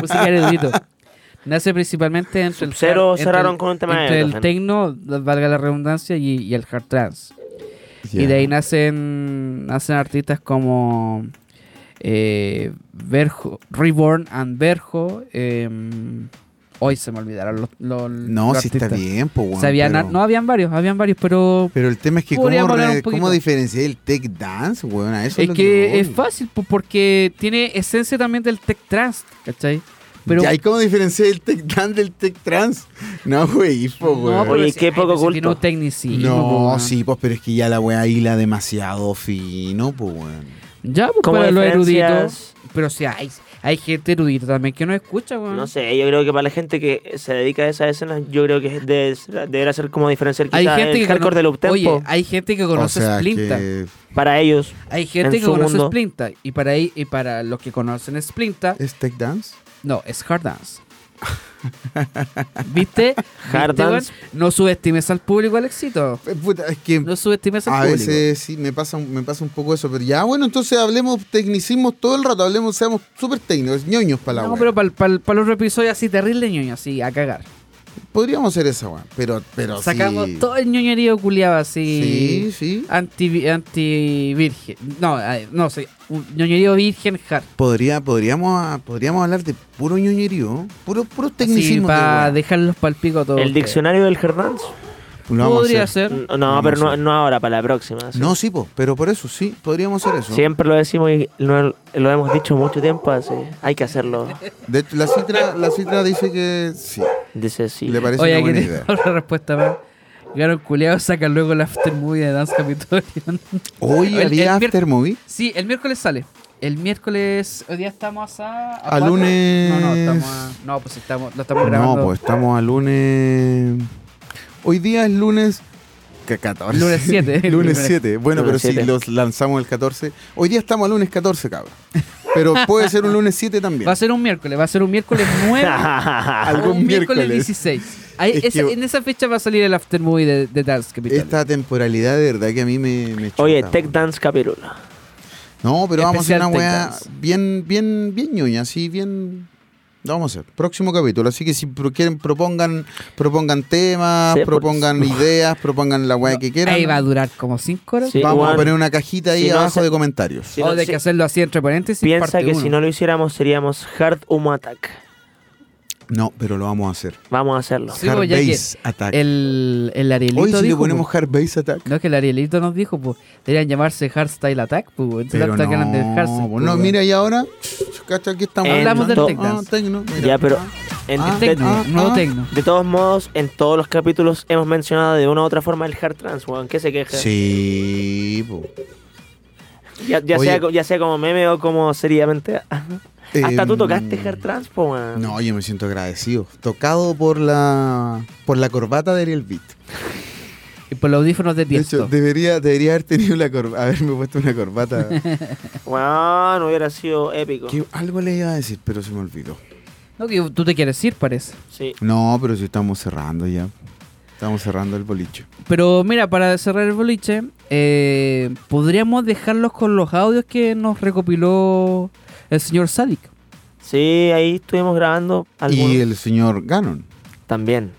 S4: Música de erudito. Nace principalmente entre el.
S6: Sub-Zero
S4: hard- entre
S6: cerraron
S4: el-
S6: con un tema de
S4: Entre el
S6: Beethoven.
S4: techno, valga la redundancia, y, y el hard trance. Y
S5: Ya.
S4: de ahí nacen, nacen artistas como eh, Verjo, Reborn and Verjo. eh, hoy se me olvidaron los, los-
S5: No,
S4: los
S5: si está
S4: artistas.
S5: bien, pues, weón,
S4: Se habían-
S5: pero-
S4: No, habían varios, habían varios, pero
S5: Pero el tema es que, ¿cómo,
S4: Podríamos hablar
S5: re-
S4: un poquito.
S5: ¿cómo diferenciar el tech dance, weón? A eso
S4: es
S5: lo
S4: que
S5: voy.
S4: es fácil po- porque tiene esencia también del tech trance, ¿cachai? Pero
S5: Ya, ¿y cómo diferenciar el tech dance del tech trans? <laughs> No, güey, po,
S4: no,
S5: weón.
S4: pero
S6: Oye,
S4: si-
S6: qué
S4: ay,
S6: poco
S4: pero si
S6: culto.
S4: tiene un tecnicismo, po,
S5: No,
S4: weón.
S5: sí, pues, pero es que ya la weá hila demasiado fino, pues, weón.
S4: Ya, pues,
S6: Como
S4: para los
S6: diferencias-
S4: eruditos. Pero si hay, hay gente erudita también que no escucha, weón.
S6: No sé, yo creo que para la gente que se dedica a esas escenas, yo creo que es de- deberá ser como diferenciar
S4: Hay
S6: quizás
S4: gente, que
S6: el hardcore
S4: cono-
S6: del uptempo
S4: Oye, hay gente que conoce
S5: o sea,
S4: Splinter.
S5: que
S6: para ellos.
S4: Hay
S6: en
S4: gente que
S6: su
S4: conoce
S6: mundo.
S4: Splinta y para ahí, y para los que conocen Splinta,
S5: ¿Es tech dance?
S4: no, es Hard Dance.
S5: <laughs>
S4: ¿Viste?
S6: Hard
S4: ¿Viste,
S6: dance.
S4: weón? No subestimes al público, Alexito.
S5: Eh, puta, es que
S4: No subestimes al
S5: a
S4: público.
S5: veces sí, me pasa, un- me pasa un poco eso, pero ya, bueno, entonces hablemos tecnicismos todo el rato, hablemos, seamos súper técnicos, ñoños para la
S4: no,
S5: weá.
S4: pero para el otro episodio así terrible ñoño, así a cagar.
S5: Podríamos hacer esa weá, pero, pero
S4: Sacamos
S5: sí.
S4: todo el ñoñerío culiado así.
S5: Sí, sí.
S4: Anti, anti virgen. No, ay, no, sí. un ñoñerío virgen hard.
S5: Podría, podríamos, ah, podríamos hablar de puro ñoñerío, puro, puro
S4: Sí,
S5: tecnicismo. de
S4: para
S5: weá.
S4: dejarlos pal pico a todos.
S6: El
S4: ustedes.
S6: diccionario del Herdans.
S5: Lo vamos a
S4: Podría
S5: hacer.
S4: ser.
S6: No,
S5: Vamos
S6: pero
S5: a
S6: no,
S5: hacer.
S6: no ahora, para la próxima. sí.
S5: No, sí, po, pero por eso sí, podríamos hacer eso.
S6: Siempre lo decimos y lo, lo hemos dicho mucho tiempo, así hay que hacerlo.
S5: De hecho, la citra, la citra dice que sí,
S6: Dice sí.
S5: le parece
S4: Oye,
S5: una
S4: aquí
S5: buena
S4: tengo
S5: idea.
S4: otra respuesta más. Llegaron culiados, sacan luego el after movie de Dance Capitolion. <laughs>
S5: Hoy
S4: El- el
S5: había
S4: miércoles-
S5: after movie.
S4: Sí, el miércoles sale. El miércoles, hoy día estamos a. a
S5: A
S4: cuatro.
S5: lunes.
S4: No, no, estamos a- No, pues estamos, lo estamos grabando.
S5: No, pues estamos a lunes. Hoy día es lunes. que 14.
S4: Lunes 7. <laughs>
S5: <laughs> lunes 7. Bueno,
S6: Lunes
S5: pero si
S6: 7.
S5: los lanzamos el 14. Hoy día estamos a lunes 14, cabrón. Pero puede ser un lunes 7
S4: <laughs>
S5: también.
S4: Va a ser un miércoles, va a ser un miércoles 9.
S5: <laughs>
S4: un
S5: Algún
S4: miércoles
S5: miércoles.
S4: 16. Ahí-
S5: Es
S4: esa-
S5: que-
S4: en esa fecha va a salir el after movie de, de Dance Capital.
S5: Esta temporalidad de verdad que a mí me, me
S6: <laughs> Oye,
S5: chuta.
S6: Tech Dance Capirola.
S5: No, pero vamos a hacer
S6: Especial
S5: una
S6: Tech
S5: weá
S6: Dance.
S5: bien, bien, bien ñoña, así bien. Lo vamos a hacer. Próximo capítulo. Así que si pro- quieren, propongan, propongan temas,
S6: Sí, por-
S5: propongan ideas, propongan la weá que quieran.
S4: Ahí va a durar como 5 horas.
S6: Sí,
S5: Vamos
S6: weón.
S5: a poner una cajita ahí
S6: Si no
S5: abajo
S6: se-
S5: de comentarios.
S6: si
S4: o
S6: no-
S4: de
S6: si-
S4: que hacerlo así entre paréntesis.
S6: Piensa
S4: parte
S6: que
S4: uno.
S6: si no lo hiciéramos seríamos Hard Humo Attack.
S5: No, pero lo vamos a hacer.
S6: Vamos a hacerlo.
S4: Sí, pues,
S5: Hard
S4: ya que
S5: Base Attack.
S4: El, el Arielito
S5: Hoy si le
S4: dijo,
S5: ponemos
S4: pues,
S5: Hard Base Attack.
S4: No, que el Arielito nos dijo, pues, deberían llamarse Hardstyle Attack, pues, weón. Entonces,
S5: Pero
S4: hartas ganas de
S5: no,
S4: dejarse,
S5: pues,
S4: pues,
S5: no,
S4: weón.
S5: mira, y ahora. cacha, Aquí estamos.
S4: Hablamos del
S6: no.
S4: Tech
S5: Ah,
S4: Dance.
S5: tecno, mira.
S6: Ya, pero-
S5: Ah,
S6: En-
S5: Ah,
S6: de,
S4: Tecno,
S5: ah,
S4: nuevo
S5: ah.
S4: tecno.
S6: de todos modos, en todos los capítulos hemos mencionado de una u otra forma el Hard Trans, weón. ¿Qué se queja?
S5: Sí, pues. po.
S6: Ya, ya
S5: Oye.
S6: sea, co- ya sea como meme o como seriamente. <laughs> Hasta tú
S5: Em,
S6: tocaste Hard Trans, po, weón.
S5: No, yo me siento agradecido. Tocado por la por la corbata de Ariel Beat.
S4: Y por los audífonos de
S5: De hecho,
S4: Tiesto.
S5: debería, debería haber tenido la corba- haberme puesto una <laughs> corbata.
S6: Weón, hubiera sido épico.
S5: Que algo le iba a decir, pero se me olvidó.
S4: No, que tú te quieres ir, parece.
S6: Sí.
S5: No, pero si estamos cerrando ya. Estamos cerrando el boliche.
S4: Pero mira, para cerrar el boliche, eh, podríamos dejarlos con los audios que nos recopiló el señor Sadik.
S6: Sí, ahí estuvimos grabando algunos
S5: Y el señor Ganon.
S6: también.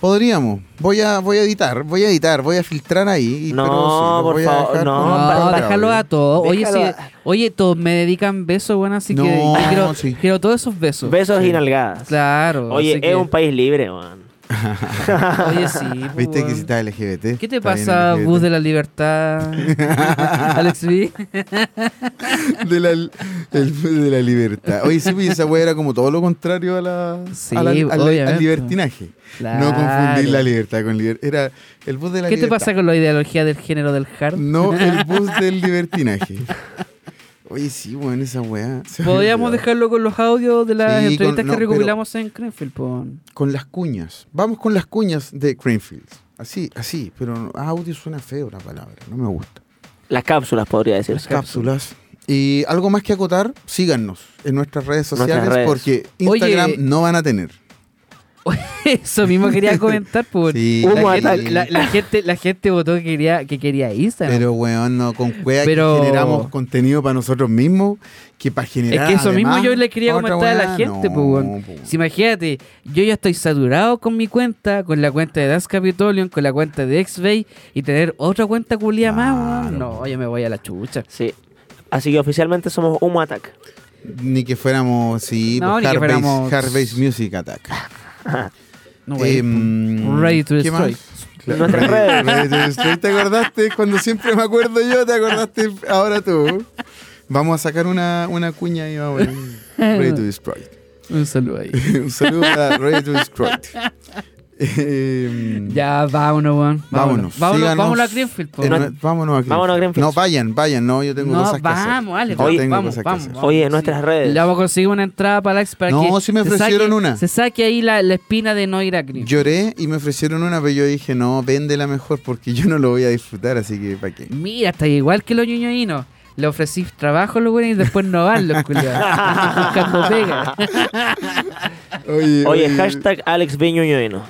S5: Podríamos. Voy a, voy a editar, voy a editar, voy a filtrar ahí. y-
S6: No,
S5: pero lo
S6: por
S5: voy a
S6: favor,
S5: dejar
S6: no,
S5: como
S6: Ah, para-
S5: para
S4: No,
S5: otra,
S4: Ah, déjalo a
S5: obvio.
S4: todos. Oye, sí,
S6: Déjalo a-
S4: oye, todos me dedican besos, bueno, así que
S5: No,
S4: yo quiero,
S5: sí.
S4: quiero todos esos besos.
S6: Besos
S4: Sí.
S6: y nalgadas.
S4: Claro.
S6: Oye,
S4: así
S6: es
S4: que-
S6: un país libre, weón.
S4: <laughs> Oye,
S5: <laughs>
S4: sí. po,
S5: Viste que
S4: weón.
S5: si está LGBT.
S4: ¿Qué te
S5: está bien
S4: pasa,
S5: LGBT.
S4: bus de la
S5: <laughs>
S4: libertad? Alex B.
S5: <laughs> de la, el- de la libertad. Oye, sí, pues esa wea era como todo lo contrario a la,
S4: Sí,
S5: a la- al- al,
S4: obviamente.
S5: libertinaje. No confundir la libertad con libertad. Era el bus de la
S4: ¿Qué te
S5: libertad.
S4: pasa con la ideología del género del hard? <laughs>
S5: No, <laughs> el bus del libertinaje. Oye, sí, weón, esa weá. se me
S4: Podríamos
S5: olvidaba.
S4: dejarlo con los audios de las
S5: Sí, con-
S4: entrevistas
S5: no,
S4: que
S5: pero-
S4: recopilamos en Crenfield. pues. po.
S5: Con las cuñas. Vamos con las cuñas de Greenfield. Así, así. Pero audio suena feo la palabra. No me gusta.
S6: Las cápsulas, podría decirse.
S5: Cápsulas. Y algo más que acotar, síganos en nuestras redes
S6: Nuestras
S5: sociales
S6: redes.
S5: porque
S4: Oye.
S5: Instagram no van a tener.
S4: Eso mismo <laughs> quería comentar. pues, po.
S5: Sí,
S4: la,
S6: Humo
S4: gente,
S5: ataque.
S4: la- <laughs> la gente, la gente votó que quería, que quería Instagram.
S5: Pero, weón, no, con cueva
S4: Pero-
S5: que generamos contenido para nosotros mismos, que para
S4: Es
S5: generar.
S4: que eso mismo
S5: además
S4: yo le quería
S5: otra
S4: comentar a la
S5: weá,
S4: gente,
S5: no,
S4: po, weón.
S5: po, weón.
S4: Si imagínate, yo ya estoy saturado con mi cuenta, con la cuenta de Das Capitolion, con la cuenta de X-Bay y tener otra cuenta culia más, weón. No, yo me voy a la chucha.
S6: Sí. Así que oficialmente somos Humo Attack.
S5: Ni que fuéramos, sí,
S4: No, ni
S5: pues,
S4: que
S5: hard,
S4: fuéramos- Ah,
S5: bass, hard bass Music Attack.
S4: No, weón.
S5: Em,
S4: Ready to
S5: ¿qué
S4: destroy.
S5: más? Claro,
S6: Nuestras
S5: Ready-
S6: redes.
S5: Ready to destroy. ¿Te acordaste? Cuando siempre me acuerdo yo, te acordaste ahora tú. Vamos a sacar una, una cuña y vamos a poner Ready to Destroy. <laughs>
S4: Un saludo ahí.
S5: Un saludo a Ready
S4: <laughs>
S5: to Destroy. Em,
S4: Ya, vámonos, weón.
S5: Vámonos.
S4: Vámonos,
S5: síganos
S4: vámonos a Greenfield, po.
S5: en
S4: No,
S5: nue- vámonos a Greenfield.
S6: Vámonos a Greenfield.
S5: No, vayan, vayan. No, yo tengo
S4: No,
S5: cosas que hacer.
S4: vamos, Ale,
S5: Yo
S4: vamos,
S5: tengo
S4: vamos,
S5: cosas que
S4: vamos,
S5: hacer.
S4: vamos.
S6: Oye, en nuestras redes.
S4: Le vamos a conseguir una entrada para Alex para
S5: No,
S4: que
S5: sí me
S4: se
S5: ofrecieron
S4: saque-
S5: una.
S4: Se saque ahí la, la espina de no ir a Greenfield.
S5: Lloré y me ofrecieron una, pero yo dije, no, véndela mejor porque yo no lo voy a disfrutar, así que ¿para qué?
S4: Mira, está igual que los ñoñoínos. Le ofrecí trabajo a los güeyes y después no van los culiados.
S5: <laughs>
S4: Buscando pega.
S5: Oye,
S6: Oye, hashtag Alex
S5: <laughs>
S6: B. Ñuñuino.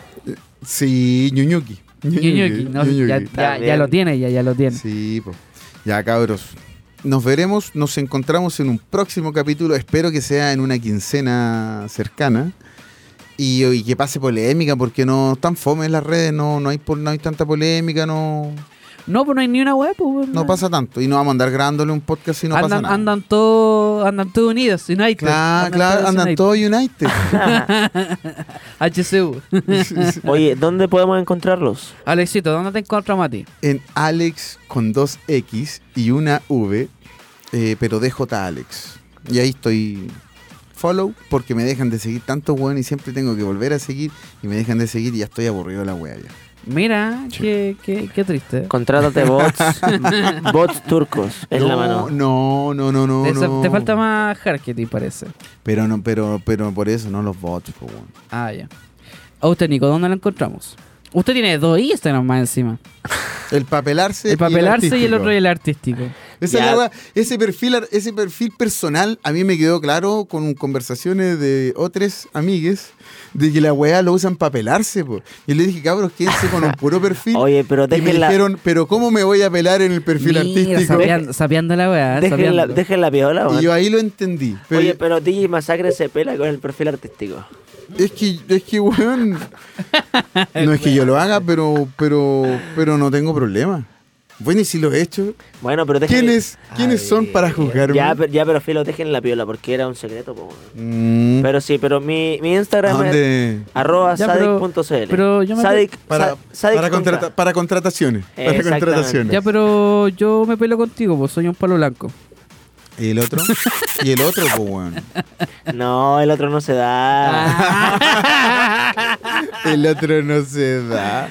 S5: Sí, ñuñuki.
S4: Ñoñoqui, no,
S5: ñuñuki.
S4: ya, ya, ya lo tiene, ya, ya lo tiene.
S5: Sí, po. Ya, cabros. Nos veremos, nos encontramos en un próximo capítulo. Espero que sea en una quincena cercana. Y, y que pase polémica, porque no tan fome en las redes, no, no, hay, pol- no hay tanta polémica, no,
S4: No, pues no hay ni una web, pues.
S5: no pasa tanto. Y no vamos a andar grabándole un podcast si no pasa
S4: andan,
S5: nada.
S4: andan todos andan todos unidos, United.
S5: claro, claro, andan todos United. <laughs>
S4: HCU.
S6: Oye, ¿dónde podemos encontrarlos?
S4: <laughs> Alexito, ¿dónde te encontramos a ti?
S5: en Alex con dos X y una V, eh, pero DJ Alex. Y ahí estoy follow porque me dejan de seguir tantos weón y siempre tengo que volver a seguir y me dejan de seguir y ya estoy aburrido de la wea ya.
S4: Mira, qué, qué, qué triste.
S6: Contrátate bots.
S5: <laughs>
S6: bots turcos. En
S5: no,
S6: la mano.
S5: No, no, no, no.
S4: te, sa-
S5: no.
S4: te falta más Harkety, parece.
S5: Pero no, pero, pero por eso no los bots, po, weón.
S4: Ah, ya. A usted, Nico, ¿dónde lo encontramos? Usted tiene dos Instagram más este encima.
S5: El papelarse. y
S4: El papelarse y el
S5: artístico.
S4: otro y el artístico.
S5: Esa es
S6: Ya.
S5: la weá. ese perfil, ar- ese perfil personal a mí me quedó claro con conversaciones de otros amigues de que la weá lo usan para pelarse, po. Yo le dije, cabros, quédense con un puro perfil.
S6: <laughs> Oye, pero
S5: y me
S6: déjenla-
S5: dijeron, pero ¿cómo me voy a pelar en el perfil
S4: Mira,
S5: artístico?
S4: sapeando, sapeando la weá.
S6: Dejen la,
S4: sapeando.
S6: dejen la piola,
S5: Y
S6: weón.
S5: yo ahí lo entendí. Pero
S6: Oye, pero DJ Masacre se pela con el perfil artístico.
S5: es que, es que,
S4: <laughs>
S5: weón, no es que yo lo haga, pero, pero, pero no tengo problema. Bueno, y si lo he hecho,
S6: Bueno, pero dejen.
S5: ¿quiénes, ¿quiénes son para juzgarme?
S6: Ya, pero, ya, pero filo, dejen la piola porque era un secreto, po, weón.
S5: Mm.
S6: Pero sí, pero mi, mi
S5: ¿A
S6: Instagram es
S5: dónde?
S6: arroba
S4: Ya, pero-
S6: sadic.cl.
S4: pero yo me-
S6: Sadic,
S5: Para,
S6: sa- sadic
S5: para,
S6: con K.
S5: contrata- para contrataciones. Para
S6: Exactamente.
S5: contrataciones.
S4: Ya, pero yo me pelo contigo, pues soy un palo blanco.
S5: ¿Y el otro? ¿Y el otro, po, weón?
S6: No, el otro no se da.
S4: Ah.
S6: Ah.
S5: El otro no se da.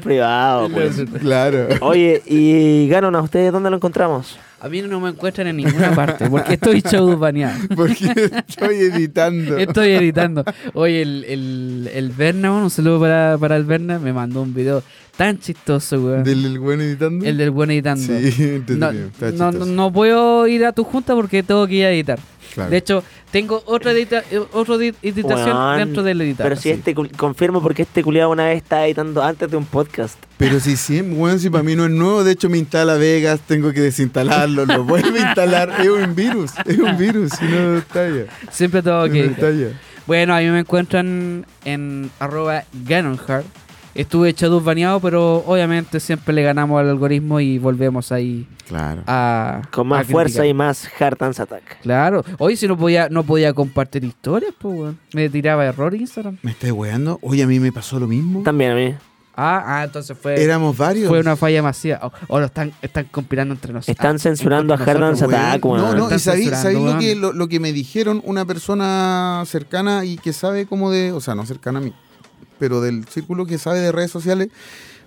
S4: <laughs>
S6: privado, pues.
S5: Claro.
S6: Oye, y Ganon, ¿a ustedes dónde lo encontramos?
S4: <laughs> A mí no me encuentran en ninguna parte porque estoy showdupaneado.
S5: Porque estoy editando.
S4: Estoy editando. Oye, el, el, el Berna, bueno, un saludo para, para el Berna, me mandó un video tan chistoso, weón.
S5: ¿Del el buen editando?
S4: El del buen editando.
S5: Sí, entretenido.
S4: No,
S5: Está
S4: no,
S5: chistoso.
S4: no puedo ir a tu junta porque tengo que ir a editar.
S5: Claro.
S4: De hecho, tengo otra edita- eh, otro di- editación
S6: Weón,
S4: dentro del editar.
S6: Pero si
S4: así.
S6: este, cul- confirmo porque este culiado una vez estaba editando antes de un podcast.
S5: Pero si sí, weón, si para mí no es nuevo, de hecho me instala Vegas, tengo que desinstalarlo, lo vuelvo a instalar. Es un virus, es un virus, si no está ya.
S4: Siempre tengo
S5: si
S4: que
S5: no
S4: editar.
S5: está ya.
S4: Bueno, a mí me encuentran en arroba Ganonhard. Estuve echado baneado, pero obviamente siempre le ganamos al algoritmo y volvemos ahí
S5: Claro.
S4: Ah. a.
S6: Con más fuerza y más Hard Dance Attack.
S4: Claro. Hoy si no podía, no podía compartir historias, pues weón. Me tiraba error Instagram.
S5: ¿Me estás weando? Oye, a mí me pasó lo mismo.
S6: También ¿eh? a mí.
S4: Ah, ah, entonces fue.
S5: Éramos varios.
S4: Fue una falla masiva. O, o lo están, están conspirando entre nosotros.
S6: Están
S4: Ah,
S6: censurando a
S4: entre
S6: Hard Dance
S4: nosotros,
S5: Weón,
S6: Attack,
S5: No,
S6: weón.
S5: no, y
S4: Están
S5: sabéis
S4: censurando,
S5: sabéis lo,
S4: weón.
S5: que, lo, lo que me dijeron una persona cercana y que sabe como de, o sea, no cercana a mí, pero del círculo que sabe de redes sociales,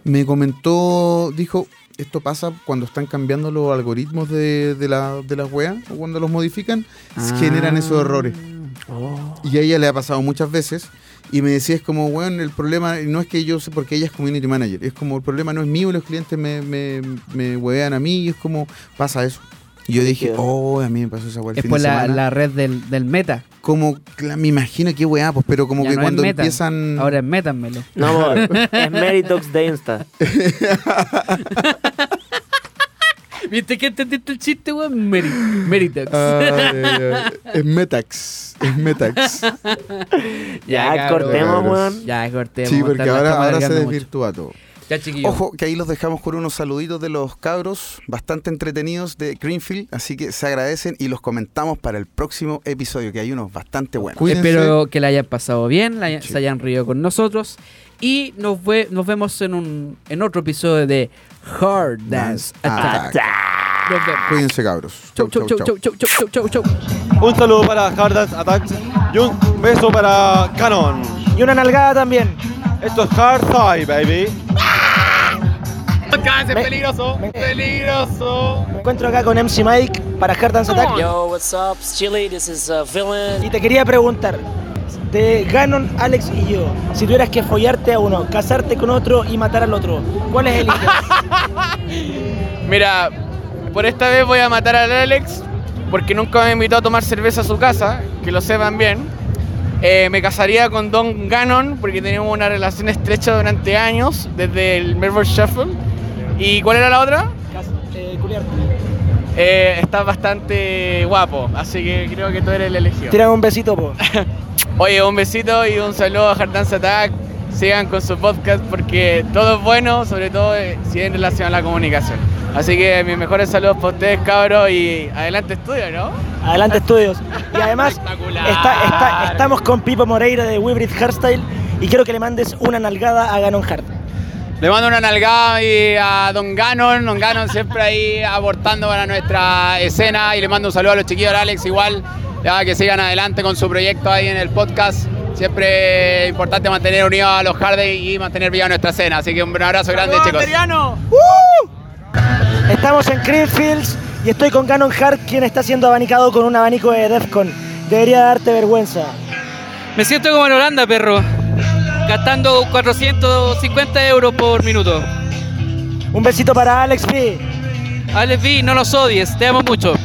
S5: me comentó, dijo, esto pasa cuando están cambiando los algoritmos de, de, la, de las weas, o cuando los modifican,
S4: Ah.
S5: generan esos errores.
S6: Oh.
S5: Y a ella le ha pasado muchas veces. Y me decía, es como, weón, el problema no es que yo sé, porque ella es community manager. Es como, el problema no es mío, los clientes me, me, me huevean a mí y es como, pasa eso. Y yo dije,
S6: Brígido.
S5: oh, a mí me pasó esa weá el
S4: Es
S5: fin
S4: por
S5: de
S4: la,
S5: semana.
S4: la red del, del meta.
S5: Como, cla- me imagino qué weá, pues, pero como
S4: Ya
S5: que
S4: no es
S5: cuando
S4: meta.
S5: empiezan...
S4: Ahora es métanmelo.
S5: <laughs>
S6: No, weón. es Meritox de Insta.
S4: ¿Viste que entendiste el chiste, weón? Meri- Meritex.
S5: Ah,
S4: <laughs>
S5: ya, ya. es Metax, es Metax.
S6: Ya,
S4: cabrón.
S6: cortemos,
S5: Cabros.
S6: weón.
S4: Ya, cortemos.
S5: sí, porque
S4: estamos
S5: ahora, ahora se
S4: alargando mucho.
S5: desvirtúa todo.
S4: Ya, chiquillos.
S5: Ojo, que ahí los dejamos con unos saluditos de los cabros, bastante entretenidos de Greenfield, así que se agradecen y los comentamos para el próximo episodio, que hay unos bastante buenos.
S4: Espero que la hayan pasado bien, la hayan- se hayan reído con nosotros. Y nos, ve- nos vemos en, un, en otro episodio de Hard Dance Attack. Nos vemos.
S5: Cuídense, cabros.
S4: Chau, chau, chau, chau, chau, chau, chau, chau.
S13: Un saludo para Hard Dance Attack y un beso para Canon.
S7: Y una nalgada también.
S13: Esto es Hard Thigh, baby.
S7: es peligroso, peligroso. Me encuentro acá con MC Mike para Hard Dance Attack.
S14: Yo, what's up? It's Chile, this is uh, Villain.
S7: Y te quería preguntar, de Ganon, Alex y yo, si tuvieras que follarte a uno, casarte con otro y matar al otro, ¿cuál es el
S15: Mira, por esta vez voy a matar al Alex porque nunca me invitó a tomar cerveza a su casa, que lo sepan bien. Eh, me casaría con Don Gannon porque teníamos una relación estrecha durante años, desde el Melbourne Shuffle. ¿Y cuál era la otra? Eh, estás bastante guapo, así que creo que tú eres el elegido.
S7: Tira un besito, po.
S15: Oye, un besito y un saludo a Hard Dance Attack. Sigan con su podcast porque todo es bueno, sobre todo eh, si es en relación a la comunicación. Así que mis mejores saludos para ustedes, cabros, y adelante estudio, ¿no?
S7: Adelante, estudios. Y además,
S15: Espectacular.
S7: está- está- estamos con Pipo Moreira de Webrid Hairstyle y quiero que le mandes una nalgada a Ganon Hard.
S15: Le mando una nalgada y a Don Ganon, Don Ganon siempre ahí aportando para nuestra escena y le mando un saludo a los chiquillos, al Alex igual, ya, que sigan adelante con su proyecto ahí en el podcast. Siempre es importante mantener unidos a los Hardy y mantener viva nuestra escena. Así que un abrazo grande, chicos.
S7: Estamos en Greenfields y estoy con Ganon Hart, quien está siendo abanicado con un abanico de Defcon. Debería darte vergüenza.
S16: Me siento como en Holanda, perro. Gastando 450 euros por minuto.
S7: Un besito para Alex P.
S4: Alex B, no los odies, te amo mucho.